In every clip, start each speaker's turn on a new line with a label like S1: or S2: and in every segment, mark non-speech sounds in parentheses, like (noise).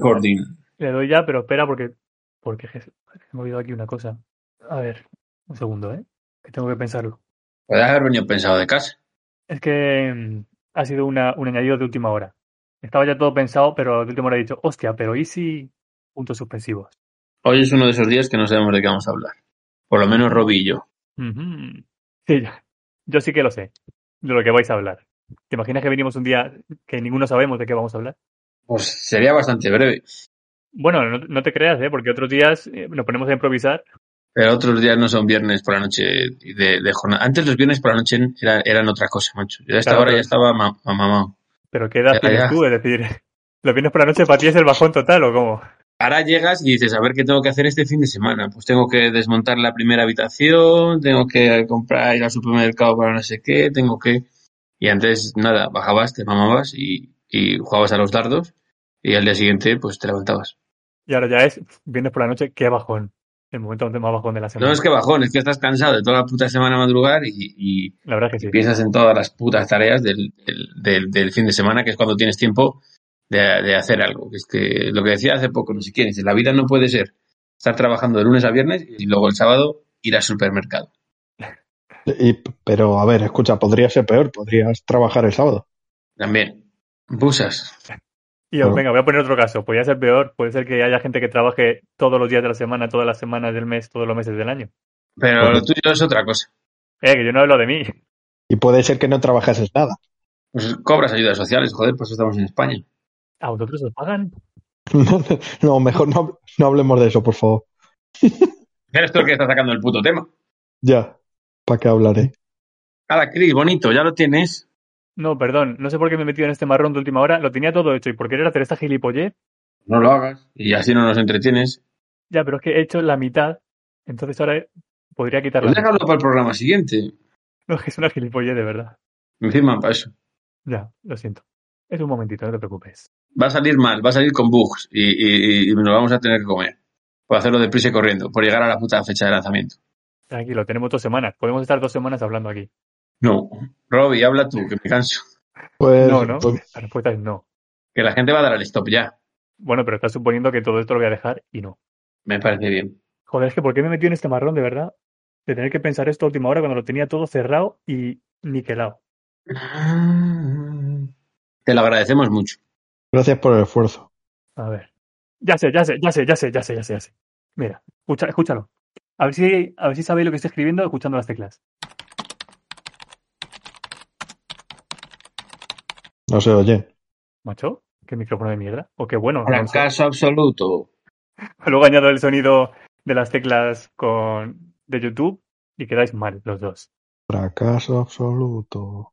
S1: Recording.
S2: Le doy ya, pero espera porque, porque je- me he olvidado aquí una cosa. A ver, un segundo, ¿eh? Que tengo que pensarlo.
S3: Podrías haber venido pensado de casa.
S2: Es que mm, ha sido una, un añadido de última hora. Estaba ya todo pensado, pero de última hora he dicho, hostia, pero ¿y si puntos suspensivos?
S3: Hoy es uno de esos días que no sabemos de qué vamos a hablar. Por lo menos Robbie y yo.
S2: Ujú. Sí, yo, yo sí que lo sé, de lo que vais a hablar. ¿Te imaginas que venimos un día que ninguno sabemos de qué vamos a hablar?
S3: Pues sería bastante breve.
S2: Bueno, no, no te creas, ¿eh? porque otros días eh, nos ponemos a improvisar.
S3: Pero otros días no son viernes por la noche de, de jornada. Antes los viernes por la noche era- eran otra cosa, macho. Yo a esta
S2: Claro,
S3: hora
S2: pero-
S3: ya estaba ma- ma- mamado.
S2: Pero ¿qué edad
S3: Ya,
S2: tienes
S3: ya.
S2: tú? Es decir, (laughs) ¿los viernes por la noche para ti es el bajón total o cómo?
S3: Ahora llegas y dices, a ver qué tengo que hacer este fin de semana. Pues tengo que desmontar la primera habitación, tengo que comprar, ir al supermercado para no sé qué, tengo que... Y antes, nada, bajabas, te mamabas y, y jugabas a los dardos y al día siguiente, pues te levantabas.
S2: Y ahora ya es pf, viernes por la noche, qué bajón. El momento más bajón de la semana.
S3: No es que bajón, es que estás cansado de toda la puta semana madrugar y, y-
S2: La verdad es
S3: y
S2: que sí.
S3: piensas en todas las putas tareas del, del- del- del fin de semana, que es cuando tienes tiempo de, de hacer algo. Que Es que lo que decía hace poco, no sé quién, dice, la vida no puede ser estar trabajando de lunes a viernes y luego el sábado ir al supermercado.
S4: Y- pero, a ver, escucha, podría ser peor, podrías trabajar el sábado.
S3: También, busas.
S2: Y yo,
S4: Bueno.
S2: venga, voy a poner otro caso. Podría ser peor. Puede ser que haya gente que trabaje todos los días de la semana, todas las semanas del mes, todos los meses del año.
S3: Pero
S4: Bueno.
S3: lo tuyo es otra cosa.
S2: Eh, que yo no hablo de mí.
S4: Y puede ser que no trabajases nada. (laughs)
S3: Pues cobras ayudas sociales, joder, pues estamos en España.
S2: ¿A vosotros os pagan?
S4: no, mejor no, hab- no hablemos de eso, por favor.
S3: Eres tú el que está sacando el puto tema.
S4: Ya, ¿para qué hablaré?
S3: Ahora, Cris, bonito, ya lo tienes.
S2: No, perdón. No sé por qué me he metido en este marrón de última hora. Lo tenía todo hecho y por querer hacer esta gilipollez.
S3: No lo hagas. Y así no nos entretienes.
S2: Ya, pero es que he hecho la mitad. Entonces ahora eh, podría quitarla.
S3: Pues déjalo para el programa siguiente.
S2: No, es que es una gilipollez de verdad.
S3: Encima, para eso.
S2: Ya, lo siento. Es un momentito, no te preocupes.
S3: Va a salir mal, va a salir con bugs y, y- y- y nos vamos a tener que comer. Por hacerlo deprisa y corriendo, por llegar a la puta fecha de lanzamiento.
S2: Tranquilo, tenemos dos semanas. Podemos estar dos semanas hablando aquí.
S3: No. Robbie, habla tú, que me canso.
S4: Pues,
S2: No, no.
S4: pues-
S2: La respuesta es no.
S3: Que la gente va a dar al stop ya.
S2: Bueno, pero estás suponiendo que todo esto lo voy a dejar y no.
S3: Me parece bien.
S2: Joder, es que ¿por qué me metí en este marrón de verdad? De tener que pensar esto a última hora cuando lo tenía todo cerrado y niquelado.
S3: Te lo agradecemos mucho.
S4: gracias por el esfuerzo.
S2: A ver. Ya sé, ya sé, ya sé, ya sé, ya sé, ya sé, ya sé. Mira, escucha- escúchalo. A ver si, a ver si sabéis lo que estoy escribiendo escuchando las teclas.
S4: No se oye.
S2: ¿Macho? ¿Qué micrófono de mierda? O qué bueno. no sé.
S3: Fracaso absoluto.
S2: Luego añado el sonido de las teclas con de YouTube y quedáis mal los dos.
S4: Fracaso absoluto.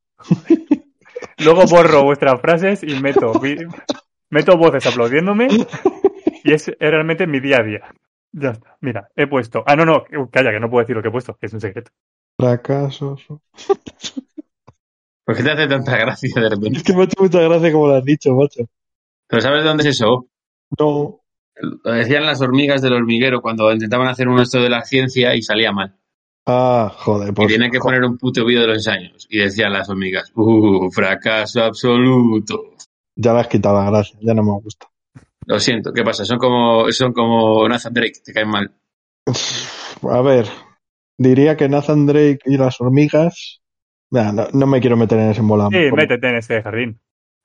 S2: Luego borro vuestras frases y meto, vi- meto voces aplaudiéndome y es, es realmente mi día a día. Ya está. Mira, he puesto. Ah, no, no, calla, que no puedo decir lo que he puesto, que es un secreto.
S4: Fracaso absoluto.
S3: ¿Por qué te hace tanta gracia de repente?
S4: Es que me ha hecho mucha gracia como lo has dicho, macho.
S3: ¿Pero sabes de dónde es eso?
S4: No.
S3: Lo decían las hormigas del hormiguero cuando intentaban hacer un esto de la ciencia y salía mal.
S4: Ah, joder,
S3: Y
S4: pues.
S3: tienen que
S4: jo-
S3: poner un puto vídeo de los ensayos. Y decían las hormigas, uh, fracaso absoluto.
S4: Ya le has quitado la gracia, ya no me gusta.
S3: Lo siento, ¿qué pasa? Son como, son como Nathan Drake, te caen mal.
S4: A ver, diría que Nathan Drake y las hormigas. Nah, no, no me quiero meter en ese embolado.
S2: Sí,
S4: Por-
S2: métete en ese jardín.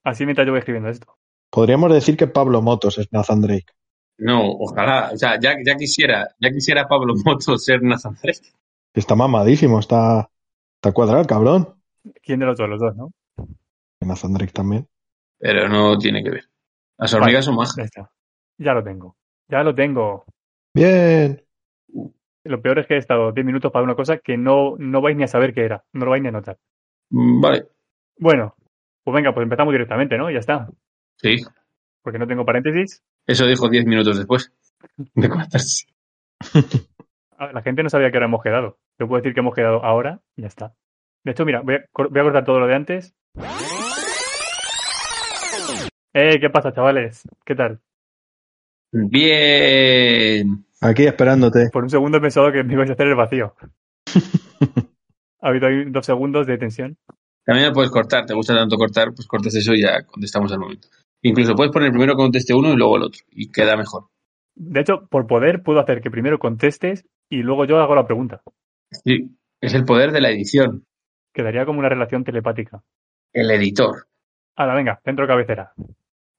S2: Así mientras yo voy escribiendo esto.
S4: Podríamos decir que Pablo Motos es Nathan Drake.
S3: No, ojalá. O sea, ya, ya quisiera, ya quisiera Pablo (laughs) Moto ser Nathan Drake.
S4: Está mamadísimo, está, está cuadrado, el cabrón.
S2: ¿Quién de los dos? Los dos, ¿no?
S4: Nathan Drake también.
S3: Pero no tiene que ver. Las hormigas son majas.
S2: Ya está. Ya lo tengo. Ya lo tengo.
S4: Bien.
S2: Lo peor es que he estado 10 minutos para una cosa que no, no vais ni a saber qué era. No lo vais ni a notar.
S3: Mm, Vale,
S2: Bueno, pues venga, pues empezamos directamente, ¿no? Ya está.
S3: sí.
S2: Porque no tengo paréntesis.
S3: Eso dijo 10 minutos después (laughs) de cortarse.
S2: Ah, La gente no sabía que ahora hemos quedado. Yo puedo decir que hemos quedado ahora y ya está. De hecho, mira, voy a, cor- voy a cortar todo lo de antes. ¡Eh! ¿Qué pasa, chavales? ¿Qué tal?
S3: Bien.
S4: Aquí esperándote.
S2: Por un segundo he pensado que me ibais a hacer el vacío. ha habido ahí dos segundos de tensión.
S3: También lo puedes cortar. ¿Te gusta tanto cortar? Pues cortas eso y ya contestamos al momento. Incluso puedes poner primero conteste uno y luego el otro, y queda mejor.
S2: De hecho, por poder puedo hacer que primero contestes y luego yo hago la pregunta.
S3: Sí, es el poder de la edición,
S2: Quedaría como una relación telepática.
S3: el editor.
S2: Ahora, venga, centro cabecera.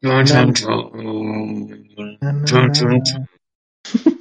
S3: Chun, chun, chun. Chun, chun, chun.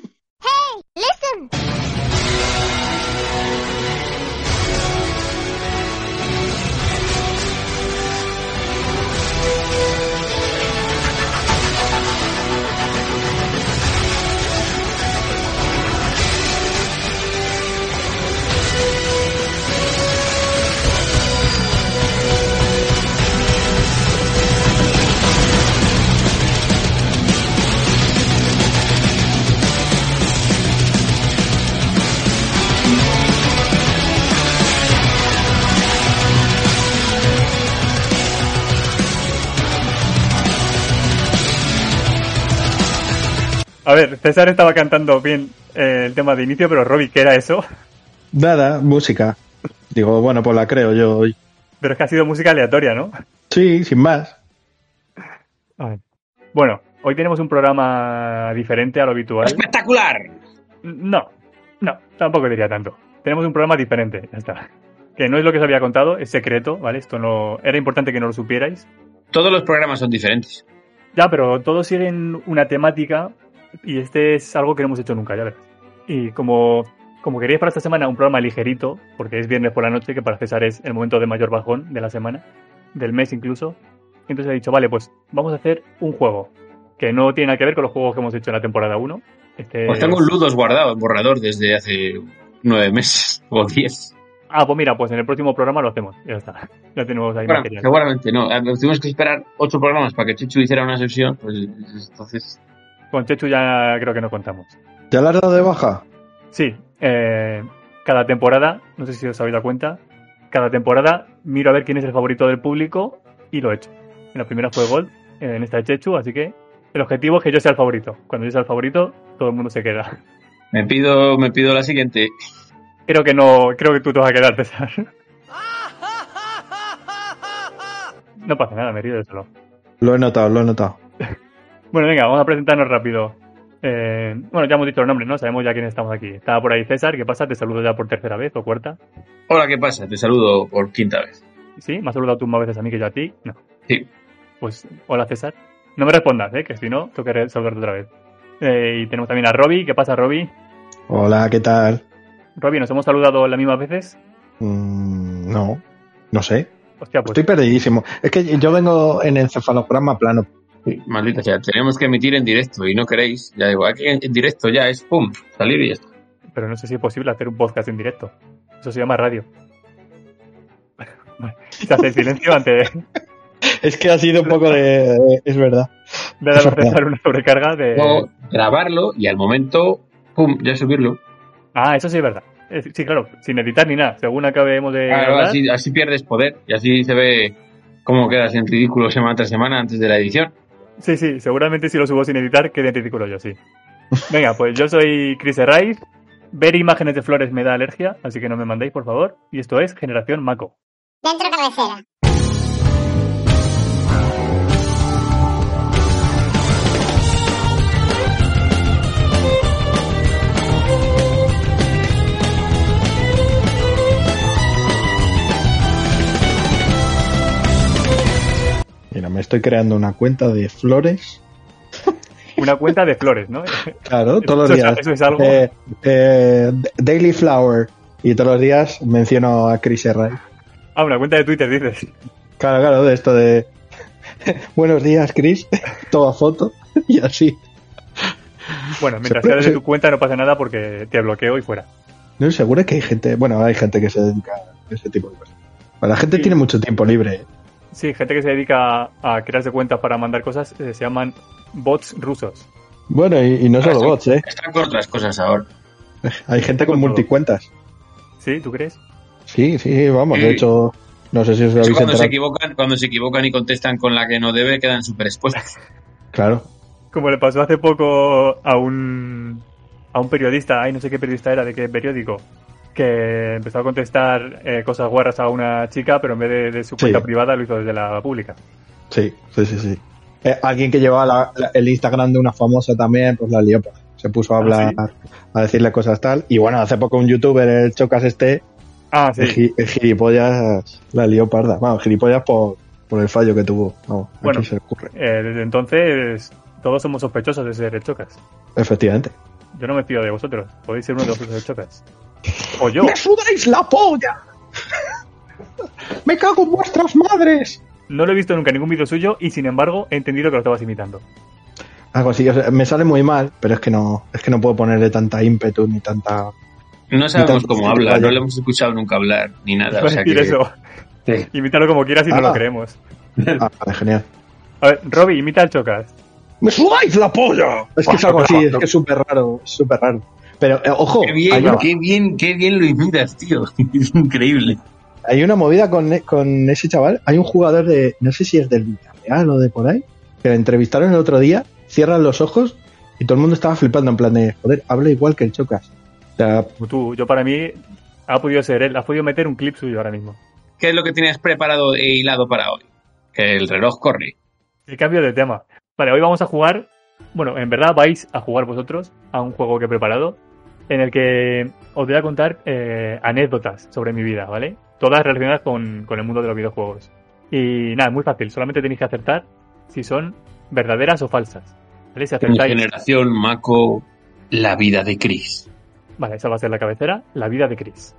S2: A ver, César estaba cantando bien eh, el tema de inicio, pero Robbie, ¿qué era eso? (laughs)
S4: Nada, música. Digo, bueno, pues la creo yo hoy.
S2: Pero es que ha sido música aleatoria, ¿no?
S4: Sí, sin más.
S2: A ver. Bueno, hoy tenemos un programa diferente a
S3: (laughs)
S2: lo habitual.
S3: ¡Espectacular!
S2: No, no, tampoco diría tanto. Tenemos un programa diferente, ya está. Que no es lo que os había contado, es secreto, ¿vale? Esto no. Era importante que no lo supierais.
S3: Todos los programas son diferentes.
S2: Ya, pero todos siguen una temática y este es algo que no hemos hecho nunca, ya verás. Y como, como queréis para esta semana un programa ligerito, porque es viernes por la noche, que para César es el momento de mayor bajón de la semana, del mes incluso, entonces he dicho, vale, pues vamos a hacer un juego, que no tiene nada que ver con los juegos que hemos hecho en la temporada 1. Este
S3: Pues tengo ludos guardados, borrador, desde hace nueve meses (laughs) o diez.
S2: Ah, pues mira, pues en el próximo programa lo hacemos, ya está. (laughs) Ya tenemos ahí
S3: Bueno,
S2: material.
S3: seguramente no. Ah, Tuvimos que esperar ocho programas para que Chuchu hiciera una sesión, pues entonces...
S2: Con Chechu ya creo que no contamos.
S4: ¿Ya la has dado de baja?
S2: Sí, eh, cada temporada, no sé si os habéis dado cuenta, cada temporada miro a ver quién es el favorito del público y lo he hecho. En la primera fue Gold, en esta de Chechu, así que el objetivo es que yo sea el favorito. Cuando yo sea el favorito, todo el mundo se queda. (laughs)
S3: Me pido, me pido la siguiente.
S2: Creo que no, creo que tú te vas a quedar, César. (laughs) No pasa nada, me río de solo.
S4: Lo he notado, lo he notado.
S2: Bueno, venga, vamos a presentarnos rápido. Eh, bueno, ya hemos dicho los nombres, ¿no? Sabemos ya quién estamos aquí. Estaba por ahí César, ¿qué pasa? Te saludo ya por tercera vez o cuarta.
S3: Hola, ¿qué pasa? Te saludo por quinta vez.
S2: ¿Sí? ¿Me has saludado tú más veces a mí que yo a ti? No.
S3: Sí.
S2: Pues, hola César. No me respondas, ¿eh? Que si no, tengo que re- saludarte otra vez. Eh, y tenemos también a Robbie. ¿Qué pasa, Robbie?
S4: Hola, ¿qué tal?
S2: Robbie, ¿nos hemos saludado las mismas veces?
S4: Mm, no, no sé.
S2: Hostia, pues
S4: Estoy perdidísimo. Es que yo vengo en encefalograma plano.
S3: Maldita sea, tenemos que emitir en directo y no queréis. Ya digo, aquí en en directo ya es pum, salir y ya está.
S2: pero no sé si es posible hacer un podcast en directo. Eso se llama radio. (laughs) Bueno, se hace el silencio antes de
S4: Es que ha sido un poco de... Es verdad.
S2: de dar a César una sobrecarga de...
S3: Luego, grabarlo y al momento, pum, ya subirlo.
S2: Ah, eso sí es verdad. Eh, Sí, claro, sin editar ni nada. Según acabemos de
S3: Claro,
S2: hablar,
S3: así, así pierdes poder y así se ve cómo quedas en ridículo semana tras semana antes de la edición.
S2: Sí, sí, seguramente si lo subo sin editar quede ridículo yo, sí. Venga, pues yo soy Chris Herraiz. Ver imágenes de flores me da alergia, así que no me mandéis, por favor. Y esto es Generación Maco.
S1: Dentro cabecera.
S4: Mira, me estoy creando una cuenta de flores.
S2: Una cuenta de flores, ¿no? (laughs)
S4: Claro, todos los
S2: Eso es-
S4: días.
S2: eso es algo.
S4: Eh, eh, Daily Flower. Y todos los días menciono a Chris Herray.
S2: Ah, una cuenta de Twitter, dices.
S4: Claro, claro, de esto de... (laughs) Buenos días, Chris. (laughs) Toda foto. (laughs) Y así.
S2: Bueno, mientras
S4: Se
S2: sea
S4: puede-
S2: desde tu cuenta no pasa nada porque te bloqueo y fuera.
S4: No, seguro que hay gente... Bueno, hay gente que se dedica a ese tipo de cosas. Bueno, la gente
S2: Sí.
S4: tiene mucho tiempo libre.
S2: Sí, gente que se dedica a crearse cuentas para mandar cosas eh, se llaman bots rusos.
S4: Bueno, y,
S2: Ah,
S4: y no solo
S3: Ahora
S4: bots, ¿eh?
S3: Están con otras cosas ahora.
S4: Hay gente con
S2: Con todo.
S4: multicuentas.
S2: ¿Sí? ¿Tú crees?
S4: Sí, sí, vamos. De
S3: Sí.
S4: hecho, no sé si os
S3: Es
S4: habéis
S3: cuando, se
S4: enterado.
S3: equivocan, cuando se equivocan y contestan con la que no debe, quedan súper expuestos.
S4: Claro.
S2: Como le pasó hace poco a un, a un periodista, ay, no sé qué periodista era, de qué periódico, que empezó a contestar eh, cosas guarras a una chica, pero en vez de, de su
S4: Sí.
S2: cuenta privada lo hizo desde la pública.
S4: Sí, sí, sí, sí. Eh, alguien que llevaba la- la- el Instagram de una famosa también, pues la lió. Se puso a
S2: Ah,
S4: hablar, a decirle cosas tal. Y bueno, hace poco un youtuber, el Chocas este,
S2: Ah, sí.
S4: el, gi- el gilipollas, la lió parda. Vamos, gilipollas por, por el fallo que tuvo. Vamos, aquí
S2: Bueno.
S4: se le ocurre.
S2: Eh, desde entonces, todos somos sospechosos de ser chocas.
S4: Efectivamente.
S2: Yo no me fío de vosotros. Podéis ser uno de los chocas. O yo.
S4: sudáis la
S2: (laughs)
S4: polla! ¡Me cago en vuestras madres!
S2: No lo he visto nunca en ningún vídeo suyo y, sin embargo, he entendido que lo estabas imitando.
S4: Algo así, o sea, me sale muy mal, pero es que no, es que no puedo ponerle tanta ímpetu
S2: (laughs)
S4: ni tanta.
S3: No sabemos cómo
S4: Entonces,
S3: habla,
S4: vaya.
S3: no le hemos escuchado nunca hablar, ni nada.
S2: Iba
S3: O
S2: a
S3: sea
S2: decir
S3: que,
S2: eso.
S3: Sí.
S2: Imítalo como quieras y no
S4: Ah.
S2: lo creemos.
S4: Ah, vale, genial.
S2: A ver, Robby, imita al chocas.
S4: ¡Me sudáis la polla! Es que es algo así, es que es súper raro, es súper raro. Pero, eh, ojo,
S3: Qué bien,
S4: hay una,
S3: qué bien, qué bien lo imitas, tío. (laughs) Es increíble.
S4: hay una movida con, e, con ese chaval. Hay un jugador de, no sé si es del Villarreal o de por ahí, que le entrevistaron el otro día, cierran los ojos y todo el mundo estaba flipando en plan de, joder, habla igual que el Chocas. O sea,
S2: Tú, yo para mí, ha podido ser él. Has podido meter un clip suyo ahora mismo.
S3: ¿Qué es lo que tenías preparado e hilado para hoy? Que el reloj corre.
S2: El cambio de tema. Vale, hoy vamos a jugar. Bueno, en verdad vais a jugar vosotros a un juego que he preparado en el que os voy a contar eh, anécdotas sobre mi vida, ¿vale? Todas relacionadas con, con el mundo de los videojuegos. Y nada, es muy fácil. Solamente tenéis que acertar si son verdaderas o falsas. ¿Vale? Si
S3: Mi
S2: acertáis.
S3: generación, Maco, la vida de Chris.
S2: Vale, esa va a ser la cabecera. La vida de Chris.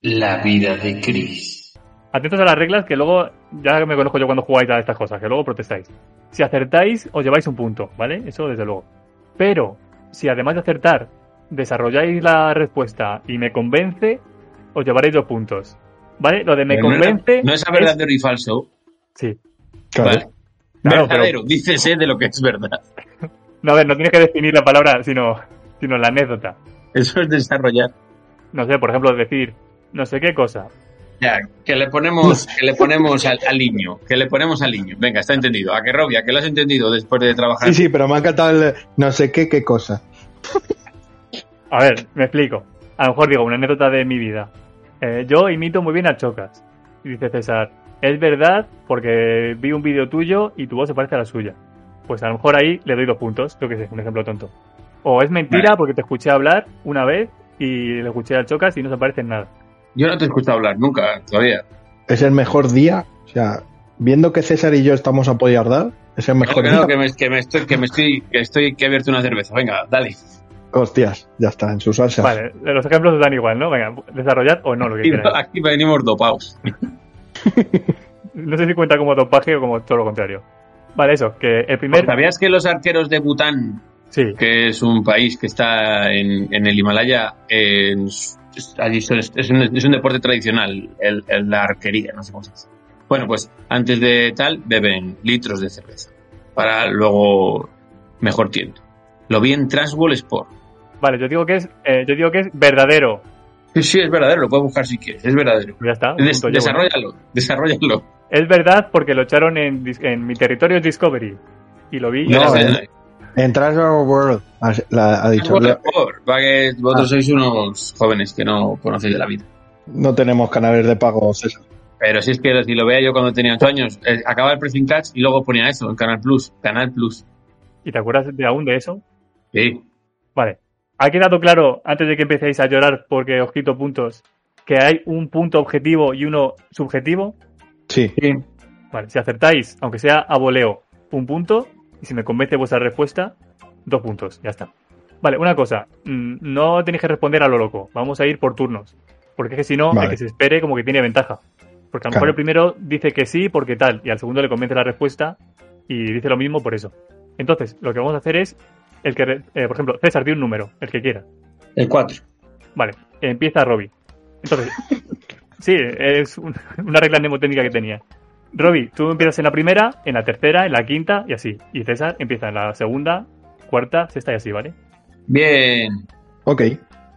S3: La vida de Chris.
S2: Atentos a las reglas que luego ya me conozco yo cuando jugáis a estas cosas, que luego protestáis. Si acertáis, os lleváis un punto, ¿vale? Eso desde luego. Pero si además de acertar, desarrolláis la respuesta y me convence, os llevaréis dos puntos. ¿Vale? Lo de me
S3: Pero no era-
S2: convence.
S3: No es a verdadero y falso.
S2: Sí.
S4: claro,
S3: Vale.
S2: Claro, pero-
S3: verdadero, dices eh, de lo que es verdad.
S2: No, a ver, no tienes que definir la palabra, sino, sino la anécdota.
S3: Eso es desarrollar.
S2: No sé, por ejemplo, decir no sé qué cosa.
S3: Ya, que le ponemos, que le ponemos al, al niño, que le ponemos al niño. Venga, está entendido. A que Robbie, a que lo has entendido después de trabajar.
S4: Sí, sí, pero me ha encantado el no sé qué, qué cosa.
S2: A ver, me explico. A lo mejor digo una anécdota de mi vida. Eh, yo imito muy bien a Chocas. Y dice César, es verdad porque vi un vídeo tuyo y tu voz se parece a la suya. Pues a lo mejor ahí le doy dos puntos, yo que sé, un ejemplo tonto. O es mentira
S3: Vale.
S2: porque te escuché hablar una vez y le escuché al Chocas y no se parece en nada.
S3: Yo no te he escuchado hablar nunca, todavía.
S4: Es el mejor día. O sea, viendo que César y yo estamos apoyardados, es el
S3: Claro
S4: mejor
S3: que no,
S4: día.
S3: que me, que me estoy, que me estoy, que estoy, que he abierto una cerveza. Venga, dale.
S4: Hostias, ya está, en su salsa.
S2: Vale, los ejemplos os dan igual, ¿no? Venga, desarrollad o no lo que
S3: Aquí,
S2: queráis.
S3: aquí venimos dopados.
S2: No sé si cuenta como dopaje o como todo lo contrario. Vale, eso, que el primer...
S3: ¿Sabías que los arqueros de Bután
S2: Sí,
S3: que es un país que está en, en el Himalaya, en s- allí son- es, un, es un deporte tradicional, el, el- la arquería, no sé cómo se dice. Bueno, pues antes de tal, beben litros de cerveza para luego mejor tiempo. Lo vi en Transworld Sport.
S2: vale, yo digo que es, eh, yo digo que es verdadero.
S3: Sí, sí, es verdadero, lo puedes buscar si quieres, es verdadero.
S2: Ya está. un
S3: Des-
S2: punto llevo, ¿no?
S3: desarrollalo, desarrollalo.
S2: Es verdad porque lo echaron en, dis- en mi territorio es Discovery. Y lo vi. y
S4: No,
S2: era
S4: eh.
S2: verdad.
S4: En Trash World, ha, la- ha dicho,
S3: Transworld
S4: la-
S3: Sport, para que vosotros sois unos jóvenes que no conocéis de la vida.
S4: no tenemos canales de pago, César.
S3: Pero si es que si lo veía yo cuando tenía 8 años, eh, acababa el Pressing Catch y luego ponía eso en Canal Plus. Canal Plus.
S2: ¿Y te acuerdas de aún de eso?
S3: Sí.
S2: Vale. Ha quedado claro, antes de que empecéis a llorar porque os quito puntos, que hay un punto objetivo y uno subjetivo.
S4: Sí,
S2: Vale, si acertáis, aunque sea a voleo, un punto. Y si me convence vuestra respuesta, dos puntos. Ya está. Vale, una cosa. mm, No tenéis que responder a lo loco. Vamos a ir por turnos. Porque es que si no,
S4: Vale.
S2: el que se espere como que tiene ventaja. Porque a lo
S4: Claro.
S2: mejor el primero dice que sí porque tal. Y al segundo le convence la respuesta. Y dice lo mismo por eso. Entonces, lo que vamos a hacer es. El que, re- eh, por ejemplo, César, di un número, el que quiera.
S3: El 4.
S2: Vale, empieza Robbie. Entonces, sí, es un- una regla mnemotécnica que tenía. Robbie, tú empiezas en la primera, en la tercera, en la quinta y así. Y César empieza en la segunda, cuarta, sexta y así, ¿vale?
S3: Bien.
S4: ok.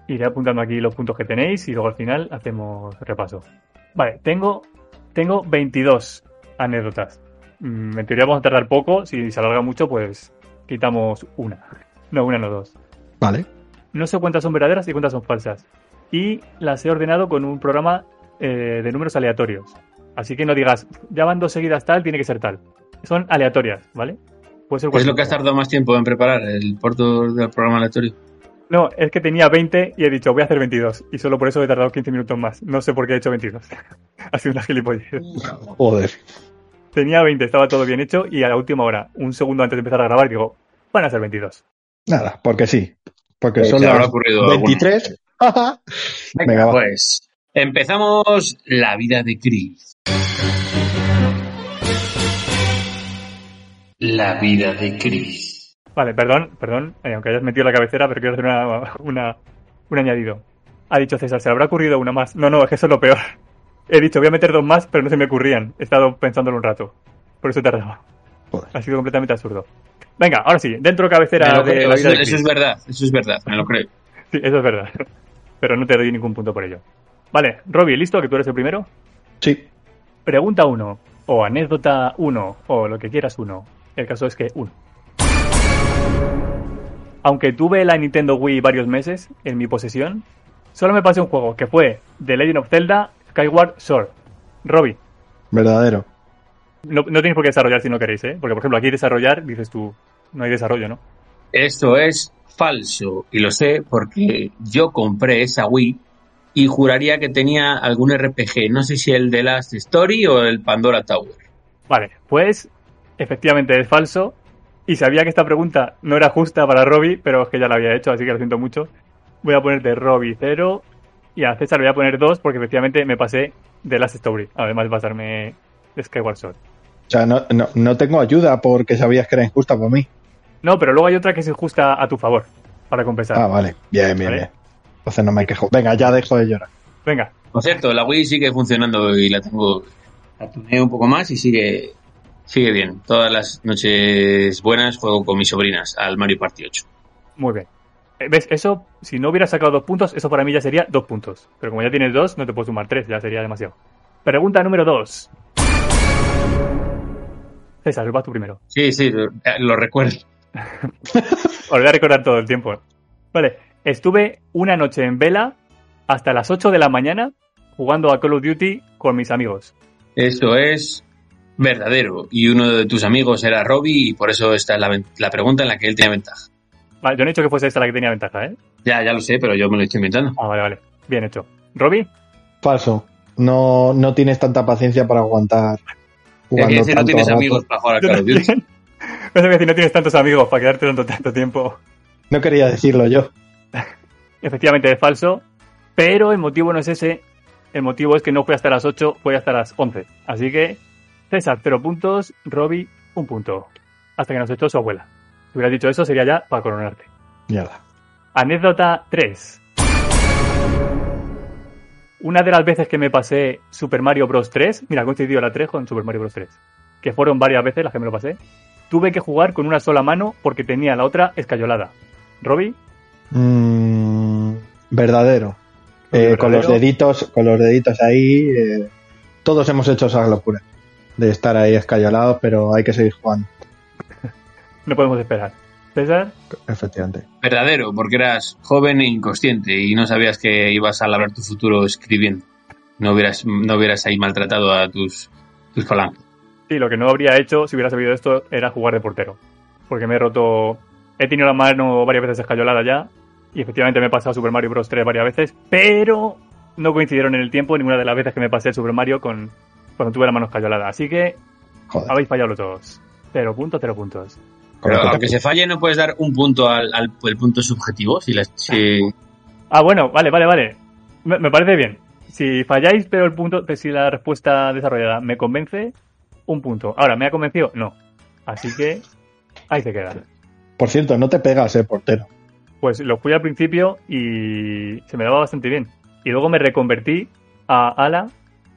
S2: Iré apuntando aquí los puntos que tenéis y luego al final hacemos repaso. Vale, tengo, tengo 22 anécdotas. Mm, En teoría vamos a tardar poco, si se alarga mucho pues quitamos una. No, una, no dos.
S4: Vale.
S2: No sé cuántas son verdaderas y cuántas son falsas. Y las he ordenado con un programa eh, de números aleatorios. Así que no digas, ya van dos seguidas tal, tiene que ser tal. Son aleatorias, ¿vale? Puede ser
S3: ¿Qué es
S2: cualquier
S3: lo que has
S2: cosa.
S3: tardado más tiempo en preparar? ¿El puerto del programa aleatorio?
S2: No, es que tenía 20 y he dicho, voy a hacer 22. Y solo por eso he tardado 15 minutos más. No sé por qué he hecho 22. (laughs) ha sido una gilipollez.
S4: Joder.
S2: Tenía 20, estaba todo bien hecho y a la última hora, un segundo antes de empezar a grabar, digo, van a ser 22.
S4: Nada, porque sí. Porque
S3: Eh,
S4: son
S3: se habrá
S4: las
S3: ocurrido alguno.
S4: 23. Ajá.
S3: Venga,
S4: Venga, va.
S3: pues empezamos la vida de Chris. La vida de Chris.
S2: Vale, perdón, perdón, eh, aunque hayas metido la cabecera, pero quiero hacer una, una- un añadido. Ha dicho César, ¿se le habrá ocurrido una más? No, no, es que eso es lo peor. He dicho, voy a meter dos más, pero no se me ocurrían. He estado pensándolo un rato. Por eso he tardado.
S4: (laughs) Joder.
S2: Ha sido completamente absurdo. Venga, ahora sí, dentro cabecera
S3: Me lo
S2: de
S3: creo,
S2: la
S3: eso,
S2: vida de
S3: eso
S2: Chris.
S3: es verdad, eso es verdad, me lo creo.
S2: Sí, eso es verdad. Pero no te doy ningún punto por ello. Vale, Robbie, ¿listo? Que tú eres el primero.
S4: Sí.
S2: Pregunta 1, o anécdota 1, o lo que quieras 1. El caso es que 1. Aunque tuve la Nintendo Wii varios meses en mi posesión, solo me pasé un juego que fue The Legend of Zelda Skyward Sword. Robbie,
S4: Verdadero.
S2: no, no tenéis por qué desarrollar si no queréis, ¿eh? Porque, por ejemplo, aquí desarrollar, dices tú, no hay desarrollo, ¿no?
S3: Esto es falso y lo sé porque yo compré esa Wii y juraría que tenía algún RPG, no sé si el de Last Story o el Pandora Tower.
S2: Vale, pues efectivamente es falso. Y sabía que esta pregunta no era justa para Robbie, pero es que ya la había hecho, así que lo siento mucho. Voy a ponerte Robbie 0 y a César le voy a poner 2 porque efectivamente me pasé de Last Story, además de pasarme de Skyward Sword.
S4: O sea, no, no, no tengo ayuda porque sabías que era injusta para mí.
S2: No, pero luego hay otra que es injusta a tu favor, para compensar.
S4: Ah, vale. Bien, bien,
S2: Vale.
S4: bien. Entonces no me quejo. Venga, ya dejo de llorar.
S2: Venga,
S3: Por cierto, la Wii sigue funcionando y la tengo. La tuneé un poco más y sigue. Sigue bien. Todas las noches buenas juego con mis sobrinas al Mario Party 8.
S2: muy bien. Eh, ¿Ves? Eso, si no hubiera sacado dos puntos, eso para mí ya sería dos puntos. Pero como ya tienes dos, no te puedo sumar tres, ya sería demasiado. Pregunta número 2. César, vas tú primero.
S3: Sí, sí, lo, eh, lo recuerdo.
S2: Os voy a recordar todo el tiempo. Vale, estuve una noche en vela hasta las 8 de la mañana jugando a Call of Duty con mis amigos.
S3: Esto es verdadero. Y uno de tus amigos era Robbie y por eso está la, ven- la pregunta en la que él tenía ventaja.
S2: Vale, yo no he dicho que fuese esta la que tenía ventaja, ¿eh?
S3: Ya, ya lo sé, pero yo me lo estoy inventando.
S2: Ah, vale, vale. Bien hecho. ¿Robbie?
S4: Falso. No, no tienes tanta paciencia para aguantar.
S3: Es que
S4: jugando
S3: ese no
S4: tanto
S3: tienes
S4: rato.
S3: amigos para jugar a
S2: Yo
S3: Call of
S2: (laughs)
S3: Duty.
S2: también. No sé si no tienes tantos amigos para quedarte tanto, tanto tiempo.
S4: No quería decirlo yo.
S2: Efectivamente, es falso. Pero el motivo no es ese. El motivo es que no fue hasta las 8, fue hasta las 11. Así que, César, 0 puntos. Robbie, un punto. Hasta que nos echó su abuela. Si hubieras dicho eso, sería ya para coronarte.
S4: Mierda.
S2: Anécdota 3. Una de las veces que me pasé Super Mario Bros. 3, mira, coincidió la 3 con Super Mario Bros. 3, que fueron varias veces las que me lo pasé, tuve que jugar con una sola mano porque tenía la otra escayolada. Robbie,
S4: Mm, verdadero.
S2: Robbie,
S4: Eh, Con los
S2: verdadero.
S4: deditos, con los deditos ahí. eh, todos hemos hecho esa locura de estar ahí escayolados, pero hay que seguir jugando,
S2: no podemos esperar. César,
S4: efectivamente.
S3: Verdadero, porque eras joven e inconsciente y no sabías que ibas a labrar tu futuro escribiendo. No hubieras, no hubieras ahí maltratado a tus, tus palancas.
S2: sí, lo que no habría hecho si hubiera sabido esto era jugar de portero, porque me he roto, he tenido la mano varias veces escayolada ya, y efectivamente me he pasado Super Mario Bros. 3 varias veces, pero no coincidieron en el tiempo ninguna de las veces que me pasé el Super Mario con cuando tuve la mano escayolada. Así que
S4: Joder.
S2: habéis fallado los dos. Cero puntos, cero puntos.
S4: con
S3: Pero
S4: lo que
S3: aunque
S4: te-
S3: se falle, no puedes dar un punto al, al- el punto subjetivo. Si las, si-
S2: Ah, bueno, vale, vale, vale. Me, me parece bien. Si falláis, pero el punto, eh, si la respuesta desarrollada me convence, un punto. Ahora, ¿me ha convencido? No. Así que ahí se queda.
S4: Por cierto, no te pegas, eh, portero.
S2: Pues lo fui al principio y se me daba bastante bien. Y luego me reconvertí a ala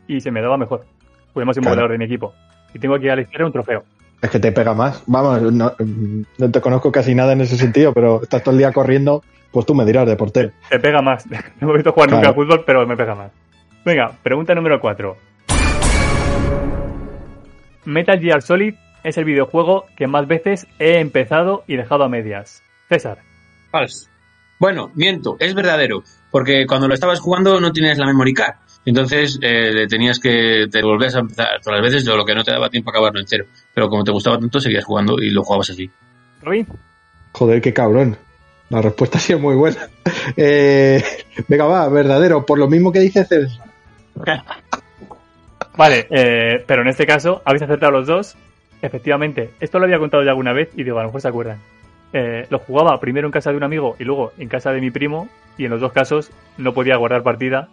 S2: y se me daba mejor. Fui el máximo
S4: Claro.
S2: goleador de mi equipo. Y tengo aquí a la izquierda un trofeo.
S4: Es que te pega más. Vamos, no, mm, no te conozco casi nada en ese sentido, pero estás todo el día corriendo, pues tú me dirás de portero.
S2: Te pega más. (laughs) No he visto jugar nunca
S4: Claro.
S2: al fútbol, pero me pega más. Venga, pregunta número 4. Metal Gear Solid es el videojuego que más veces he empezado y dejado a medias. César,
S3: Ah, Falso. Bueno, miento, es verdadero. Porque cuando lo estabas jugando no tienes la memory card. Entonces eh, le tenías que, te volvías a empezar todas las veces, lo que no te daba tiempo a acabarlo entero. Pero como te gustaba tanto, seguías jugando y lo jugabas así.
S2: Ruiz,
S4: Joder, qué cabrón. La respuesta ha sido muy buena. (laughs) Eh, venga, va, verdadero. Por lo mismo que dice César.
S2: Vale, eh, pero en este caso habéis acertado los dos. Efectivamente, esto lo había contado ya alguna vez y digo, a lo mejor se acuerdan. Eh, lo jugaba primero en casa de un amigo y luego en casa de mi primo y en los dos casos no podía guardar partida,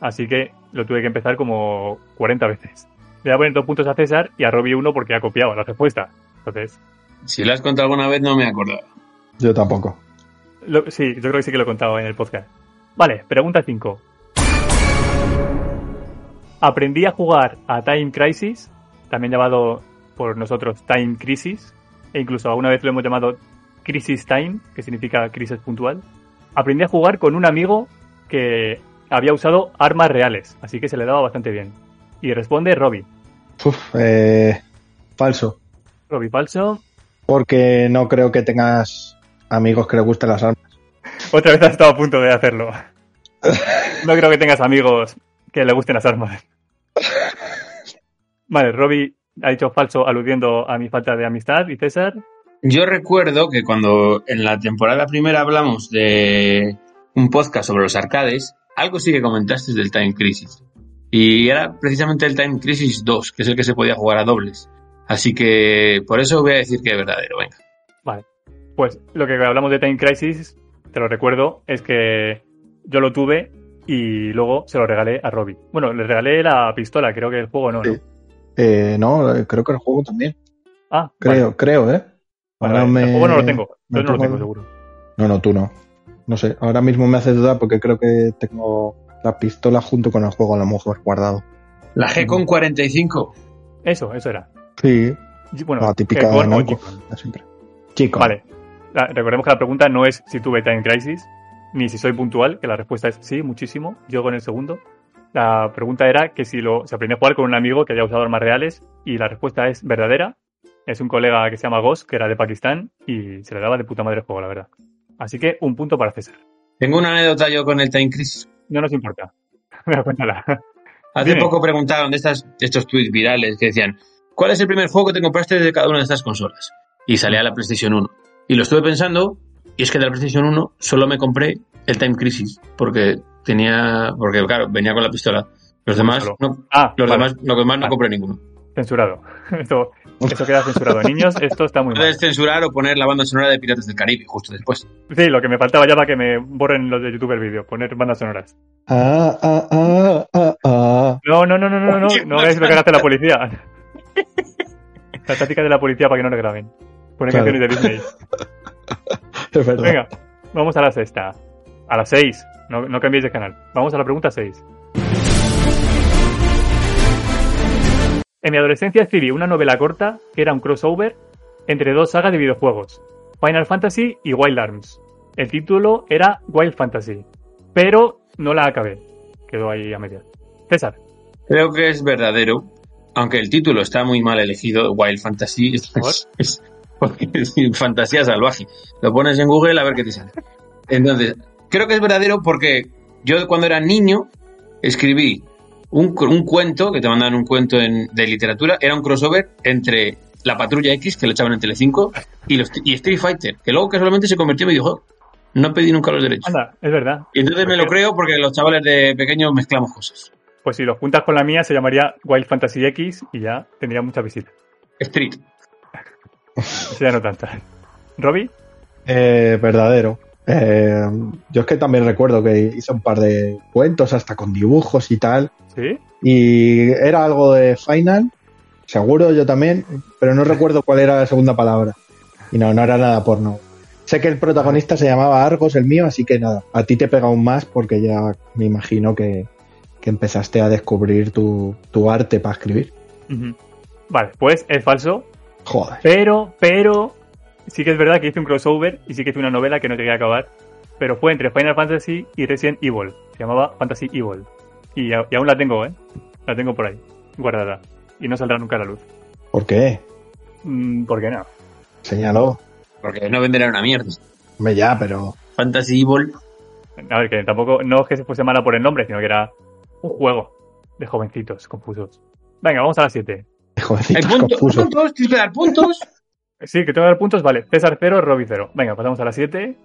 S2: así que lo tuve que empezar como 40 veces. Le voy a poner dos puntos a César y a Robbie uno porque ha copiado la respuesta. Entonces,
S3: Si lo has contado alguna vez, no me acuerdo.
S4: Yo tampoco.
S2: Lo- sí, yo creo que sí que lo he contado en el podcast. Vale, pregunta 5. Aprendí a jugar a Time Crisis, también llamado por nosotros Time Crisis, e incluso alguna vez lo hemos llamado Crisis Time, que significa crisis puntual. Aprendí a jugar con un amigo que había usado armas reales, así que se le daba bastante bien. Y responde Robby.
S4: Uf, eh, falso.
S2: Robby falso.
S4: Porque no creo que tengas amigos que les gusten las armas.
S2: Otra vez has estado a punto de hacerlo. No creo que tengas amigos que le gusten las armas. Vale, Robbie ha dicho falso aludiendo a mi falta de amistad y César.
S3: Yo recuerdo que cuando en la temporada primera hablamos de un podcast sobre los arcades, algo sí que comentaste del Time Crisis. Y era precisamente el Time Crisis 2, que es el que se podía jugar a dobles. Así que por eso voy a decir que es verdadero, venga.
S2: Pues lo que hablamos de Time Crisis, te lo recuerdo, es que yo lo tuve y luego se lo regalé a Robbie. Bueno, le regalé la pistola, creo que el juego no, ¿no?
S4: Sí. Eh, no, eh, creo que el juego también.
S2: Ah,
S4: Creo,
S2: vale.
S4: creo, ¿eh?
S2: Vale,
S4: Ahora
S2: vale.
S4: me-
S2: El juego no lo tengo,
S4: me
S2: yo no lo
S4: pongo-
S2: tengo seguro.
S4: No, no, tú no. No sé, ahora mismo me hace dudar porque creo que tengo la pistola junto con el juego a lo mejor guardado.
S3: La G con 45.
S2: Eso, eso era.
S4: Sí,
S2: Y- Bueno,
S4: la típica
S2: el
S4: de
S2: Gon o
S4: Namco,
S2: Jikon.
S4: la siempre. Chico,
S2: Vale. La- recordemos que la pregunta no es si tuve time crisis, ni si soy puntual, que la respuesta es sí, muchísimo. Yo con el segundo. La pregunta era que si lo, se aprendí a jugar con un amigo que haya usado armas reales y la respuesta es verdadera. Es un colega que se llama Ghost, que era de Pakistán y se le daba de puta madre el juego, la verdad. Así que un punto para César.
S3: Tengo una anécdota yo con el Time Crisis.
S2: No nos importa. (laughs) Mira, cuéntala.
S3: Hace
S2: Dime.
S3: poco preguntaron de estas, de estos tweets virales que decían, ¿cuál es el primer juego que te compraste de cada una de estas consolas? Y salía la PlayStation 1. Y lo estuve pensando, y es que de la PlayStation 1 solo me compré el Time Crisis, porque tenía, porque claro, venía con la pistola. Los demás,
S2: Solo.
S3: no,
S2: Ah,
S3: los
S2: vale,
S3: demás, lo que más no
S2: Vale.
S3: compré ninguno.
S2: censurado. (laughs) Esto, esto
S3: (laughs)
S2: queda censurado. Niños, esto está muy mal.
S3: Puedes censurar o poner la banda sonora de Piratas del Caribe justo después.
S2: Sí, lo que me faltaba ya para que me borren los de YouTube el vídeo, poner bandas sonoras.
S4: Ah, ah, ah, ah, ah.
S2: No, no, no, no, no, no,
S3: Oye,
S2: no hagáis lo que hace la policía. (laughs) La táctica de la policía para que no le graben. Poner
S4: (laughs) Claro.
S2: canciones de Disney.
S4: Es verdad.
S2: Venga, vamos a la sexta. A la seis. No, no cambiéis de canal. Vamos a la pregunta seis. En mi adolescencia escribí una novela corta que era un crossover entre dos sagas de videojuegos, Final Fantasy y Wild Arms. El título era Wild Fantasy, pero no la acabé. Quedó ahí a medias. César.
S3: Creo que es verdadero, aunque el título está muy mal elegido, Wild Fantasy, es, (laughs)
S2: ¿Por?
S3: es- porque es fantasía salvaje. Lo pones en Google a ver qué te sale. Entonces, creo que es verdadero porque yo cuando era niño escribí un, cu- un cuento, que te mandaban un cuento en- de literatura, era un crossover entre la Patrulla X, que lo echaban en Telecinco, y, los, y Street Fighter, que luego casualmente se convirtió en videojuego. No pedí nunca los derechos.
S2: Anda, es verdad.
S3: Y entonces me lo creo porque los chavales de pequeños mezclamos cosas.
S2: Pues si lo juntas con la mía, se llamaría Wild Fantasy X y ya tendría muchas visitas.
S3: Street.
S2: O sea, no tantas. (laughs) ¿Robbie?
S4: Eh, verdadero. Eh, yo es que también recuerdo que hice un par de cuentos, hasta con dibujos y tal.
S2: ¿Sí?
S4: Y era algo de Final, seguro yo también, pero no recuerdo cuál era la segunda palabra. Y no, no era nada porno. Sé que el protagonista se llamaba Argos, el mío, así que nada, a ti te pega aún más porque ya me imagino que, que empezaste a descubrir tu, tu arte para escribir.
S2: Ujú. Vale, pues es falso,
S4: Joder.
S2: pero, pero sí que es verdad que hice un crossover y sí que hice una novela que no llegué a acabar, pero fue entre Final Fantasy y Resident Evil. Se llamaba Fantasy Evil. Y, a- y aún la tengo, ¿eh? La tengo por ahí, guardada. Y no saldrá nunca a la luz.
S4: ¿Por qué?
S2: Mm, ¿Por qué no?
S4: Señaló.
S3: Porque no venderá una mierda.
S4: Hombre, ya, pero. (laughs)
S3: Fantasy Evil.
S2: A ver, que tampoco, no es que se fuese mala por el nombre, sino que era un juego. de jovencitos confusos. Venga, vamos a las 7.
S4: Jovencitos
S3: Hay puntos,
S4: confusos.
S3: puntos, tienes que dar puntos.
S2: Sí, que tengo que dar puntos, vale. César 0, Robbie 0. Venga, pasamos a las 7.